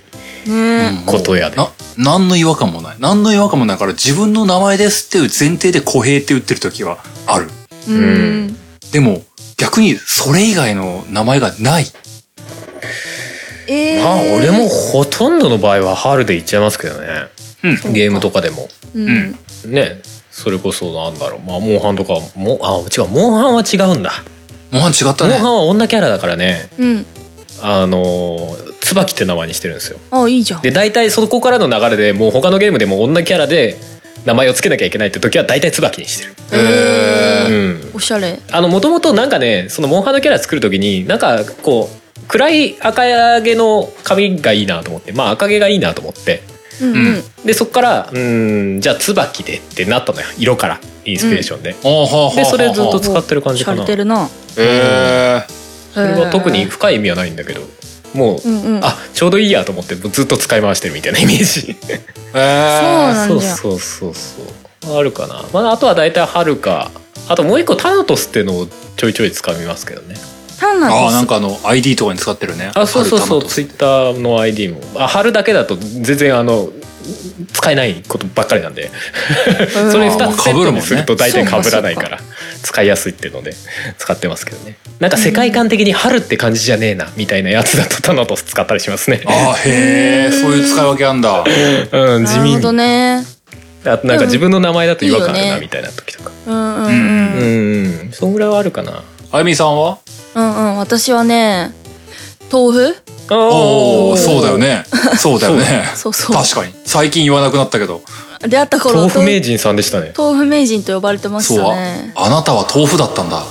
ねことやねな、何の違和感もない。何の違和感もないから自分の名前ですっていう前提で小平って打ってる時はある。え。うんん。でも、逆にそれ以外の名前がない。ええ。まあ俺もほとんどの場合はハールで言っちゃいますけどねうん。ゲームとかでもうん。んねそれこそなんだろうまあモンハンとかもあ違うモンハンは違うんだもは違ったモンねハ。ンは女キャラだからねうん。あの椿って名前にしてるんですよあ、いいじゃん。で大体そこからの流れでもう他のゲームでも女キャラで名前を付けなきゃいけないって時は大体椿にしてるえー、うんおしゃれ。あのもともとなんかねそのモンハンのキャラ作る時になんかこう暗い赤毛の髪がいいなと思ってまあ赤毛がいいなと思ってうんうんでそっからうーんじゃあ椿でってなったのよ色からインスピレーションで、あーはあはあはあでそれずっと使ってる感じかな洒落てるなへえそれは特に深い意味はないんだけどもう、うんうんあちょうどいいやと思ってずっと使い回してるみたいなイメージへえなそんうじゃそうそうそうあるかな、まあ、あとは大体春かあともう一個タナトスってのをちょいちょい使みますけどね単なるああなんかあの ID とかに使ってるねあそうそうそ春う玉とツイッターの ID もあ春だけだと全然あの使えないことばっかりなんでうんそれまあ2つセットにすると大体まあ被被らるもんねないから使いやすいっていうので使ってますけどねなんか世界観的に春って感じじゃねえなみたいなやつだとタナトス使ったりしますねああへえそういう使い分けあんだうん地なる味ほどにねあとなんか自分の名前だと違和感あるいいよなねみたいな時とかうんうんううん、んうんそんぐらいはあるかなあゆみさんはうんうん、私はね、豆腐おおおーそうだよねそうだよねそうそう。確かに最近言わなくなったけど出会った頃豆腐名人さんでしたね豆腐名人と呼ばれてましそうたあね。あなたは豆腐だったんだ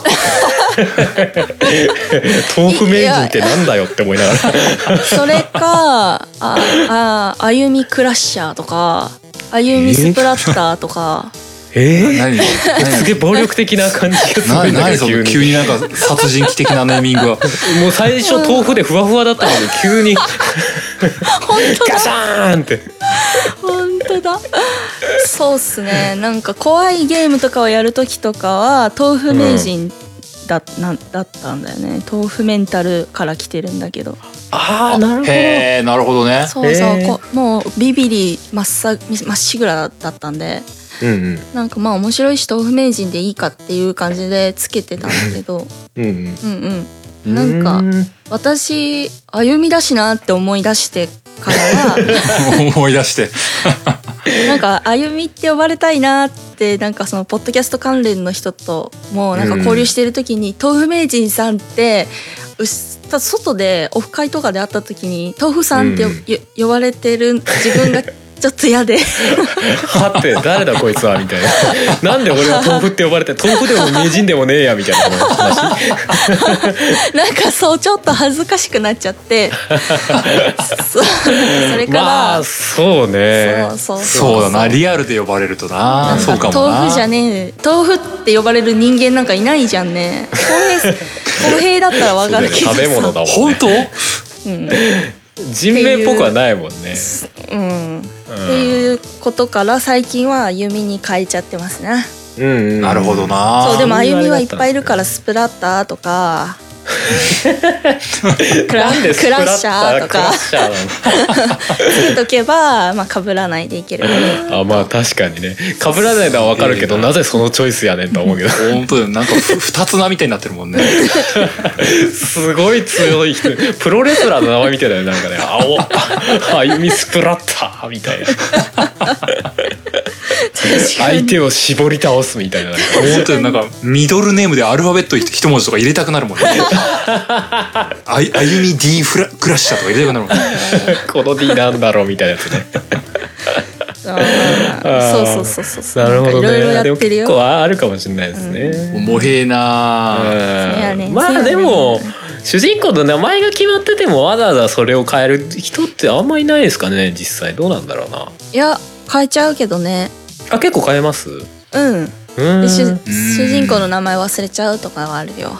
豆腐名人ってなんだよって思いながらそれか、あ、あ、あゆみクラッシャーとか、あゆみスプラッターとか、え何ー、すげえ暴力的な感じがする 何んだ何けそどの急急にになんか殺人鬼的なネーミング はもう最初豆腐でふわふわだったのに急に本当ガだシャーンって本当 だそうっすね。なんか怖いゲームとかをやるときとかは、豆腐名人だ、なだったんだよね。豆腐メンタルから来てるんだけど。ああなるほどへえなるほどねそうそう、へーこもうビビリまっさ、まっしぐらだったんで。うんなんかまあ面白いし豆腐名人でいいかっていう感じでつけてたんだけ どうんうんうんうんうんなんかうん私歩みだしなって思い出してから は思い出してなんか歩みって呼ばれたいなってなんかそのポッドキャスト関連の人ともうなんか交流してる時に、豆腐名人さんってうっさ外でオフ会とかで会った時に豆腐さんってよ、うんよ呼ばれてる自分がちょっと嫌で はって誰だこいつはみたいな なんで俺は豆腐って呼ばれて豆腐でも名人でもねえやみたいな話なんかそうちょっと恥ずかしくなっちゃって そうそれから、まあそうねそうそうそうだなリアルで呼ばれるとなそうかもな豆腐じゃねえ豆腐って呼ばれる人間なんかいないじゃんね公平公平だったらわかるけどさ食べ物だもん本ね当うん、人名っぽくはないもんねうん、っていうことから最近は弓に変えちゃってますねうんうんなるほどなそうでもあー歩みはいっぱいいるからスプラッター とかクラなんでクラッシャーとクラかッシャーなのつけとけばまあ被らないでいける あまあ確かにね被らないのはわかるけすどげえななぜそのチョイスやねんと思うけど本当だよなんかふ二つ名みたいになってるもんねすごい強い人プロレスラーの名前みたいだよねなんかね「青 あ歩みスプラッター」みたいな確か相に手を絞り倒すみたいな なんか本当になんかミドルネームでアルファベット一文字とか入れたくなる もんねあいあゆみ D フラクラッシャーとか入れたくなるもんねこの D なんだろうみたいなやつねあーそうそうそうそうそうなるほどいろいろねやでっもてる結よ構あるかもしれないですね、重へえうな、やねんまあでも主人公の名前が決まっててもわざわざそれを変える人ってあんまりいないですかね実際どうなんだろうないや変えちゃうけどねあ結構変えますううんーで主ん主人公の名前忘れちゃうとかはあるよ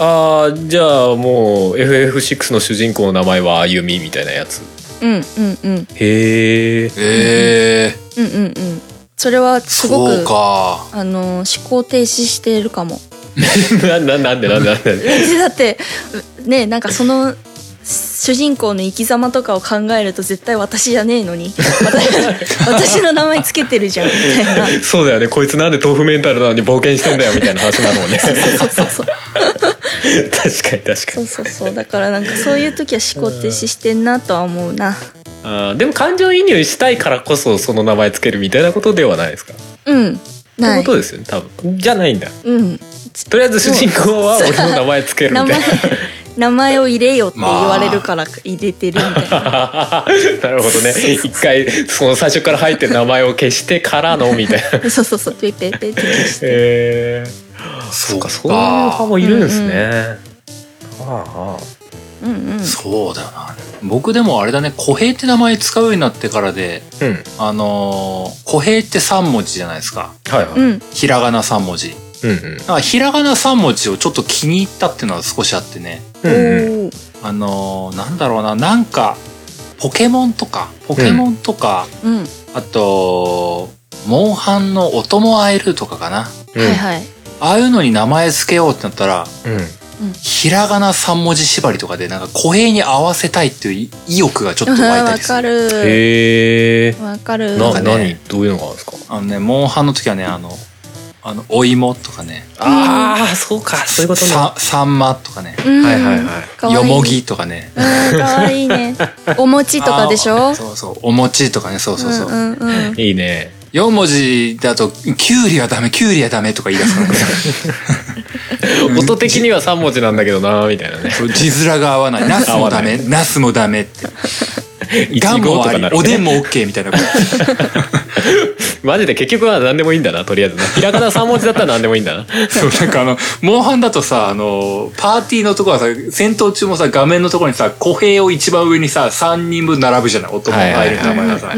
あーじゃあもう FF6 の主人公の名前はあゆみみたいなやつうんうんうんへええー、うんうんうんそれはすごそうくかあのー思考停止しているかも なななんでなんでなんでだってねなんかその主人公の生き様とかを考えると絶対私じゃねえのに 私私の名前つけてるじゃんみたい なそうだよねこいつなんで豆腐メンタルなのに冒険してんだよみたいな話なの ねそうそうそう確かに確かそうにそうそうだからなんかそういう時は思考停止してんなとは思うなあーでも感情移入したいからこそその名前つけるみたいなことではないですかうんなっいてことですよね多分じゃないんだうんとりあえず主人公は俺の名前つける名みた前 いな名前を入れよって言われるから入れてるみたいなな、るほどね一回その最初から入ってる名前を消してからのみたいなそうそうそうペペペって消してへえそうそういう派もいるんですね。ああうんうんそうだよな僕でもあれだね「小平」って名前使うようになってからでうんあのー小平って3文字じゃないですかはいはい、うんひらがな3文字うんだからひらがな3文字をちょっと気に入ったっていうのは少しあってねうんうんおーあのーなんだろうななんかポケモンとかポケモンとか、うんあとモンハンの「おともあえる」とかかなうんはいはいああいうのに名前付けようってなったらうんひらがな3文字縛りとかでなんか小平に合わせたいっていう意欲がちょっと湧いたわりするかるへえわかるなかね何どういうのがあるんですかあのねモンハンの時はねあのあのお芋とかねああそうかそういうことねささんまとかねうんはいはいはいかわいいよもぎとかねうんかわいい ねお餅とかでしあょーそうそうお餅とかねそうそうそう、んうんうんいいね4文字だと「きゅうりはダメきゅうりはダメ」とか言い出すからね 音的には3文字なんだけどなみたいなねそう字面が合わない「なすもダメ合なすもダメ」って「いちがんごもとあかなりるおねでんも OK」みたいなことマジで結局は何でもいいんだなとりあえずなひらがな3文字だったら何でもいいんだな そうなんかあのモンハンだとさあのパーティーのとこはさ戦闘中もさ画面のところにさ小平を一番上にさ3人分並ぶじゃない男が入る名前がさ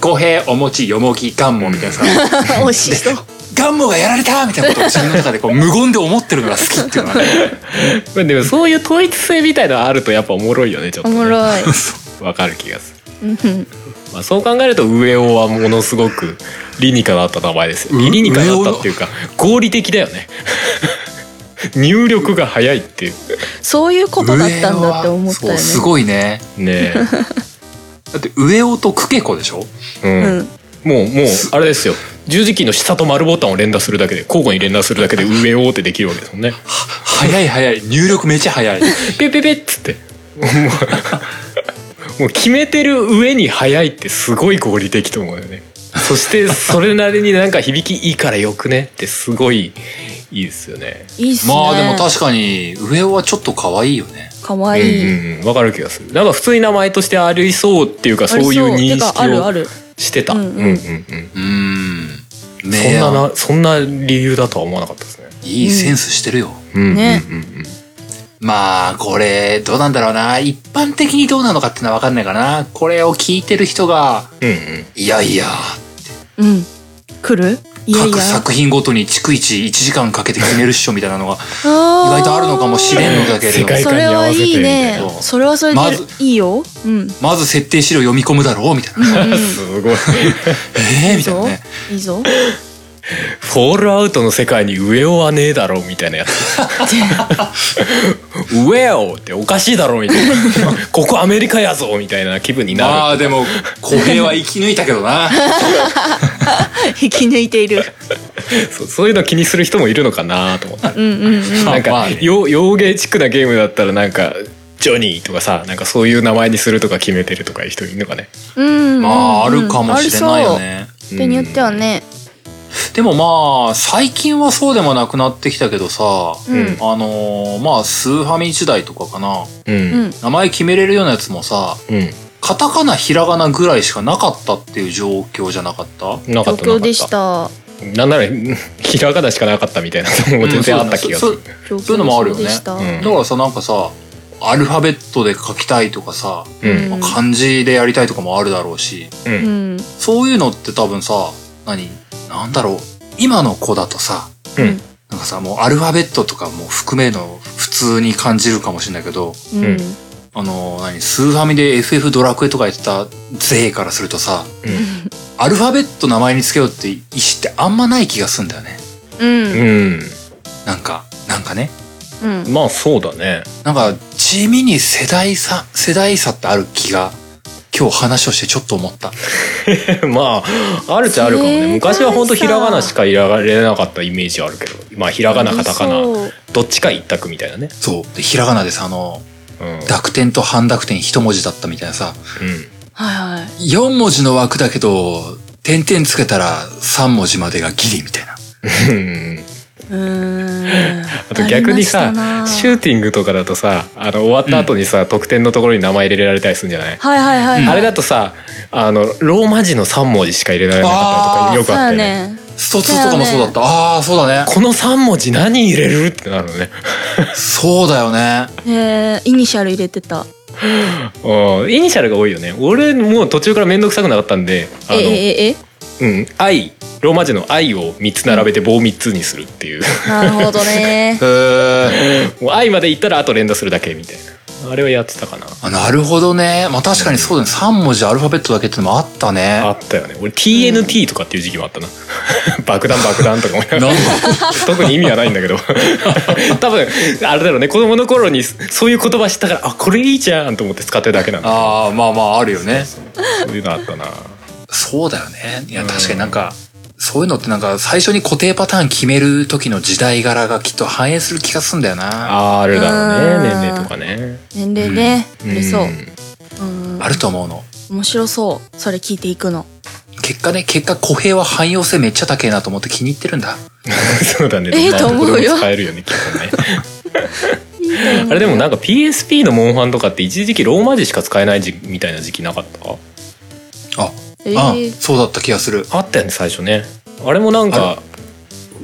小平お餅よもぎガンモみたいなさ美味しそうガンモがやられたみたいなことを自分の中でこう無言で思ってるのが好きっていうのは ねでもそういう統一性みたいのあるとやっぱおもろいよねちょっおとねもろいわかる気がする、うんうんまあ、そう考えると上尾はものすごく理にかなった名前ですよう理にかなったっていうか合理的だよね 入力が早いっていう そういうことだったんだって思った上よ尾はそうねすごいねねだって上尾と久家子でしょ え、うんうんもうもうあれですよ十字キーの下と丸ボタンを連打するだけで交互に連打するだけで上尾ってできるわけですもんね早い早い入力めちゃ早いペペペっつって もうもう決めてる上に早いってすごい合理的と思うよねそしてそれなりになんか響きいいからよくねってすごいいいですよねいいっす ねまあでも確かに上尾はちょっと可愛いよねかわうんいいうんうんわかる気がするなんか普通に名前としてありそうっていうかそういう認てかあ識るあをるしてたううんんううんんうんうーんそねんえななそんな理由だとは思わなかったですねいいセンスしてるよ、うんうんうんうんねまあこれどうなんだろうな一般的にどうなのかってのは分かんないかなこれを聞いてる人がうんうんいやいやうん来るいやいや各作品ごとに逐一1時間かけて決めるっしょみたいなのが意意外とあるのかもしれんのだけれ世ど界そ観にれ合わはせていいみたいねなそうそれはそれまでずいいようんまず設定資料読み込むだろうみたいなすごいええみたいなねいいぞ フォールアウトの世界に上尾はねえだろみたいなやつ上尾っておかしいだろみた いなここアメリカやぞみたいな気分になる、まあでも小平は生き抜いたけどな引き抜いているそう そういうの気にする人もいるのかなと思ってうんうんうんなんまあかねよ洋芸チックなゲームだったらなんかジョニーとかさなんかそういう名前にするとか決めてるとかいう人いるのかね うんまああるかもしれないよありねそう人によってはねでもまあ最近はそうでもなくなってきたけどさうんあのーまあスーファミ時代とかかなうんううんん名前決めれるようなやつもさカタカナひらがなぐらいしかなかったっていう状況じゃなかったなか状ったなか況っでしたたなんなら ひらがなしかなかったみたいなのも全然あった気がすそうるだね状況そういうのもあるよねでしたうんそだからさなんかさアルファベットで書きたいとかさ、ううんまあ漢字でやりたいとかもあるだろうしううんんそういうのって多分さ何なんだろう今の子だとさうんなんかさもうアルファベットとかも含めの普通に感じるかもしれないけどうんうんあの何スーファミで FF ドラクエとかやってた勢からするとさアルファベット名前につけようって意思ってあんまない気がすんだよねうんうんなんかなんかねうんまあそうだね なんか地味に世代差世代差ってある気が今日話をしてちょっと思ったまああるっちゃあるかも正解ねさ昔は本当ひらがなしか入れられなかったイメージあるけどまあひらがなカタカありナそうどっちか一択みたいなねそうでひらがなでさあのうん、うん、濁点と半濁点一文字だったみたいなさはいはい4文字の枠だけど点々つけたら3文字までがギリみたいなうんうーんあと逆にあさりましシたなューティングとかだとさあの終わった後にさ、得点のところに名前入れられたりするんじゃない、はいはいはい、うんあれだとさあのローマ字の3文字しか入れられなかったりとかよくそうあっやたよねねストツーとかもそうだったああーそうだねこの3文字何入れるってなるのね そうだよね。。えー、イニシャル入れてた。うんイニシャルが多いよね俺もう途中から面倒くさくなかったんであえの、えええうん「愛」ローマ字の「愛」を3つ並べて棒3つにするって いうなるほどねへえ。もう愛まで行ったらあと連打するだけみたいなあれはやってたかなあなるほどね。まあ確かにそうだね。3文字アルファベットだけってのもあったあね。ったよね俺 TNT とかっていう時期もあったな 爆弾爆弾とか思いななんだがら 特に意味はないんだけど多分あれだろうね子供の頃にそういう言葉知ったからあこれいいじゃんと思って使ってるだけなんだああ、まあまああるよね。そういうのあったなそうだよね。いや、うん確かになんか、そういうのってなんか最初に固定パターン決める時の時代柄がきっと反映する気がすんだよな。ああーあるだろうねあー年齢とかね年齢ね。ありそう。うん。ると思うの。面白そう。それ聞いていくの。結果ね、結果、小平は汎用性めっちゃ高えなと思って気に入ってるんだ。 そうだねえどえんなと思うよとこでも使えるよねきっ とねあれでもなんか PSP のモンハンとかって一時期ローマ字しか使えない時みたいな時期なかったあ、えあー、そうだった気がする。あったよね最初ねあれもなんか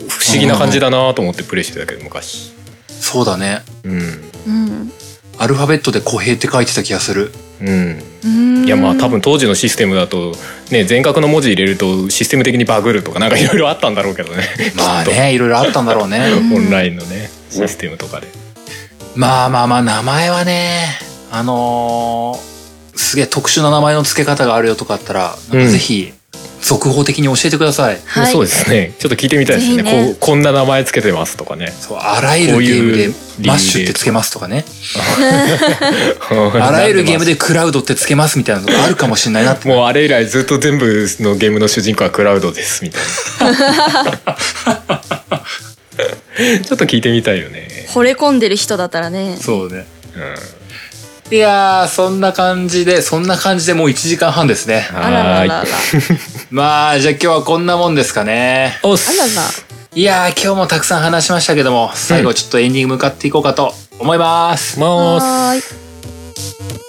不思議な感じだなと思ってプレイしてたけど昔そうだね。うんうん。アルファベットで小平って書いてた気がする。うんうんいやまあ多分当時のシステムだとね全角の文字入れるとシステム的にバグるとかなんかいろいろあったんだろうけどねまあね、いろいろあったんだろうね。 オンラインのねシステムとかでまあまあまあ、名前はね、あのーすげえ特殊な名前の付け方があるよとかあったら、なんうかんぜひ、続報的に教えてください。はい。そうですねちょっと聞いてみたいですねぜひねこうこんな名前つけてますとか ねそう、あらゆるゲームでこういう、マッシュってつけますとかね。ああらゆるゲームでクラウドってつけますみたいなのがあるかもしれないなって。もうあれ以来ずっと全部のゲームの主人公はクラウドですみたいなちょっと聞いてみたいよね惚れ込んでる人だったらね。 そうね。うんいやー、そんな感じで、そんな感じでもう1時間半です ね。あらららら。あはらーいまあ、じゃあ今日はこんなもんですかね。おっすら。いやー、今日もたくさん話しましたけども、最後ちょっとエンディング向かっていこうかと思います。まーすはーい。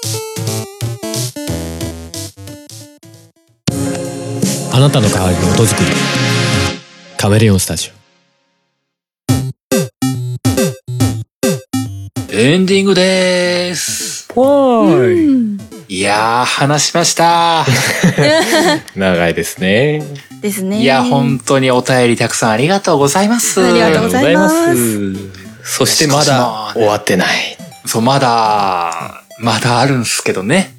あなたの代わりの音作りカメレオンスタジオエンディングでーす。うんいやー、話しま した。長いですねですね。いや、本当にお便りたくさんありがとうございます。ありがとうございますありがとうございますそしてまだ終わってないそう、まだ、まだあるんすけどね。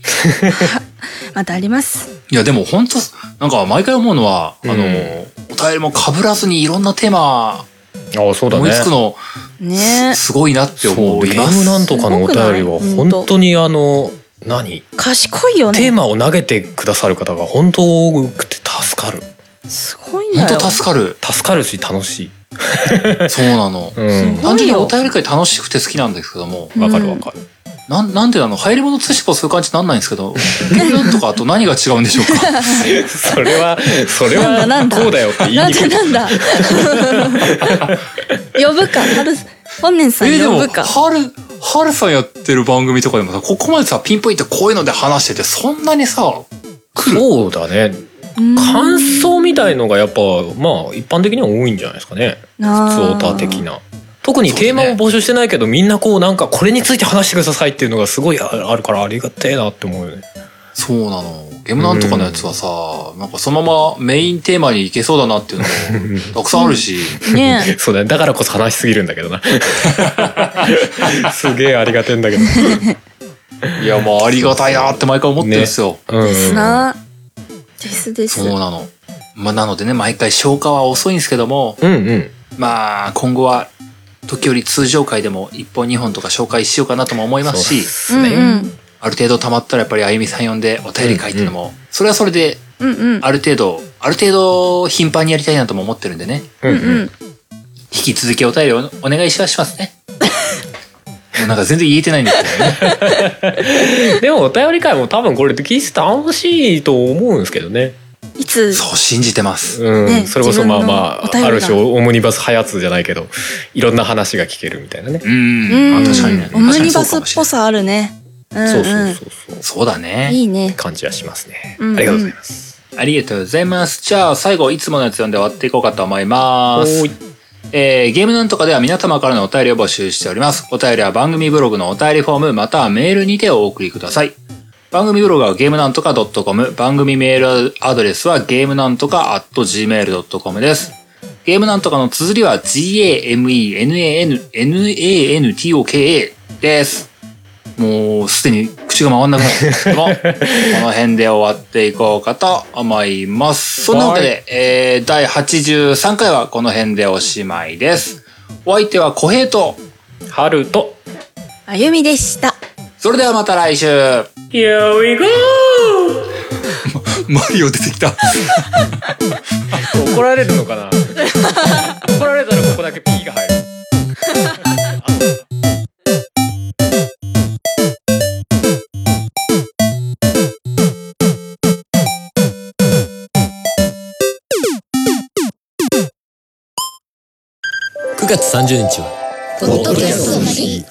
またあります。いや、でも本当なんか毎回思うのは、あの、うんお便りも被らずにいろんなテーマあそうだね思いつくの、ねすごいなってそ思うゲいーまムす。なんとかのお便りはすごくない本当にあの何賢いよテーね。マを投げてくださる方が本当多くて助かるすごいん本だよ。当助かる。助かるし楽しいそうなの。うんすご単純いによお便り会楽しくて好きなんですけども、わかるわかるなん、なんであの、入り物通しそういう感じになんないんですけど、ゲームとかあと何が違うんでしょうか。 それはそれなはんだなんだこうだよって言いなんにくだいなんだ。 呼ぶか、はる、本年さんえで呼も、ぶか。はる、はるさんやってる番組とかでもさ、ここまでさ、ピンポイントこういうので話してて、そんなにさ、そうだねうん感想みたいのがやっぱまあ一般的には多いんじゃないですかねあツーオーター的な特にテーマをそうね募集してないけど、みんなこうなんかこれについて話してくださいっていうのがすごいああるからありがてえなって思う よねそうなの。ゲームなんとかのやつはさ、なんかそのままメインテーマに行けそうだなっていうの も、たくさんあるし、ねそうだねだからこそ話しすぎるんだけ どなすげえありがてえんだけどいや、もうありがたいなって毎回思ってるんですよ。うんですな。ですです。そうなの。まあ、なのでね、毎回消化は遅いんですけども、うんうんまあ、今後は、時折通常回でも1本2本とか紹介しようかなとも思いますそうっし、すうんうねん。ある程度溜まったらやっぱりあゆみさん呼んでお便り書いてのも、それはそれでうんうん。ある程度、ある程度頻繁にやりたいなとも思ってるんでね。うんうん。引き続きお便りをお願いしはします ね。もうなんか全然言えてないんですけどね。でもお便り会も多分これ聞いてて楽しいと思うんですけどねいつ、そう信じてます。うん、ねそれこそまあまあ自分のお便りがある種オムニバスハヤツじゃないけどいろんな話が聞けるみたいなね、うん。うんまあ確かにね。オムニ確バかスにそっぽうかもしさあるね。うん。そうそううんそうそうそうだね。いいね。感じはしますね、うんうんありがとうございますありがとうございます。じゃあ最後いつものやつ読んで終わっていこうかと思います。おーいえーゲームなんとかでは皆様からのお便りを募集しております。お便りは番組ブログのお便りフォームまたはメールにてお送りください。番組ブログはゲームなんとか .com、番組メールアドレスはゲームなんとか .gmail.com です。ゲームなんとかの綴りは g-a-m-e-n-a-n-n-a-n-t-o-k-a です。もうすでに口が回んなくなってもこの辺で終わっていこうかと思います。そんなわけで、はえー第83回はこの辺でおしまいです。お相手は小平と、春とあゆみでした。それではまた来週 Here we go! マリオ出てきた。怒られるのかな 怒られたらここだけ P が入る。 9月30日はポッドキャストの日。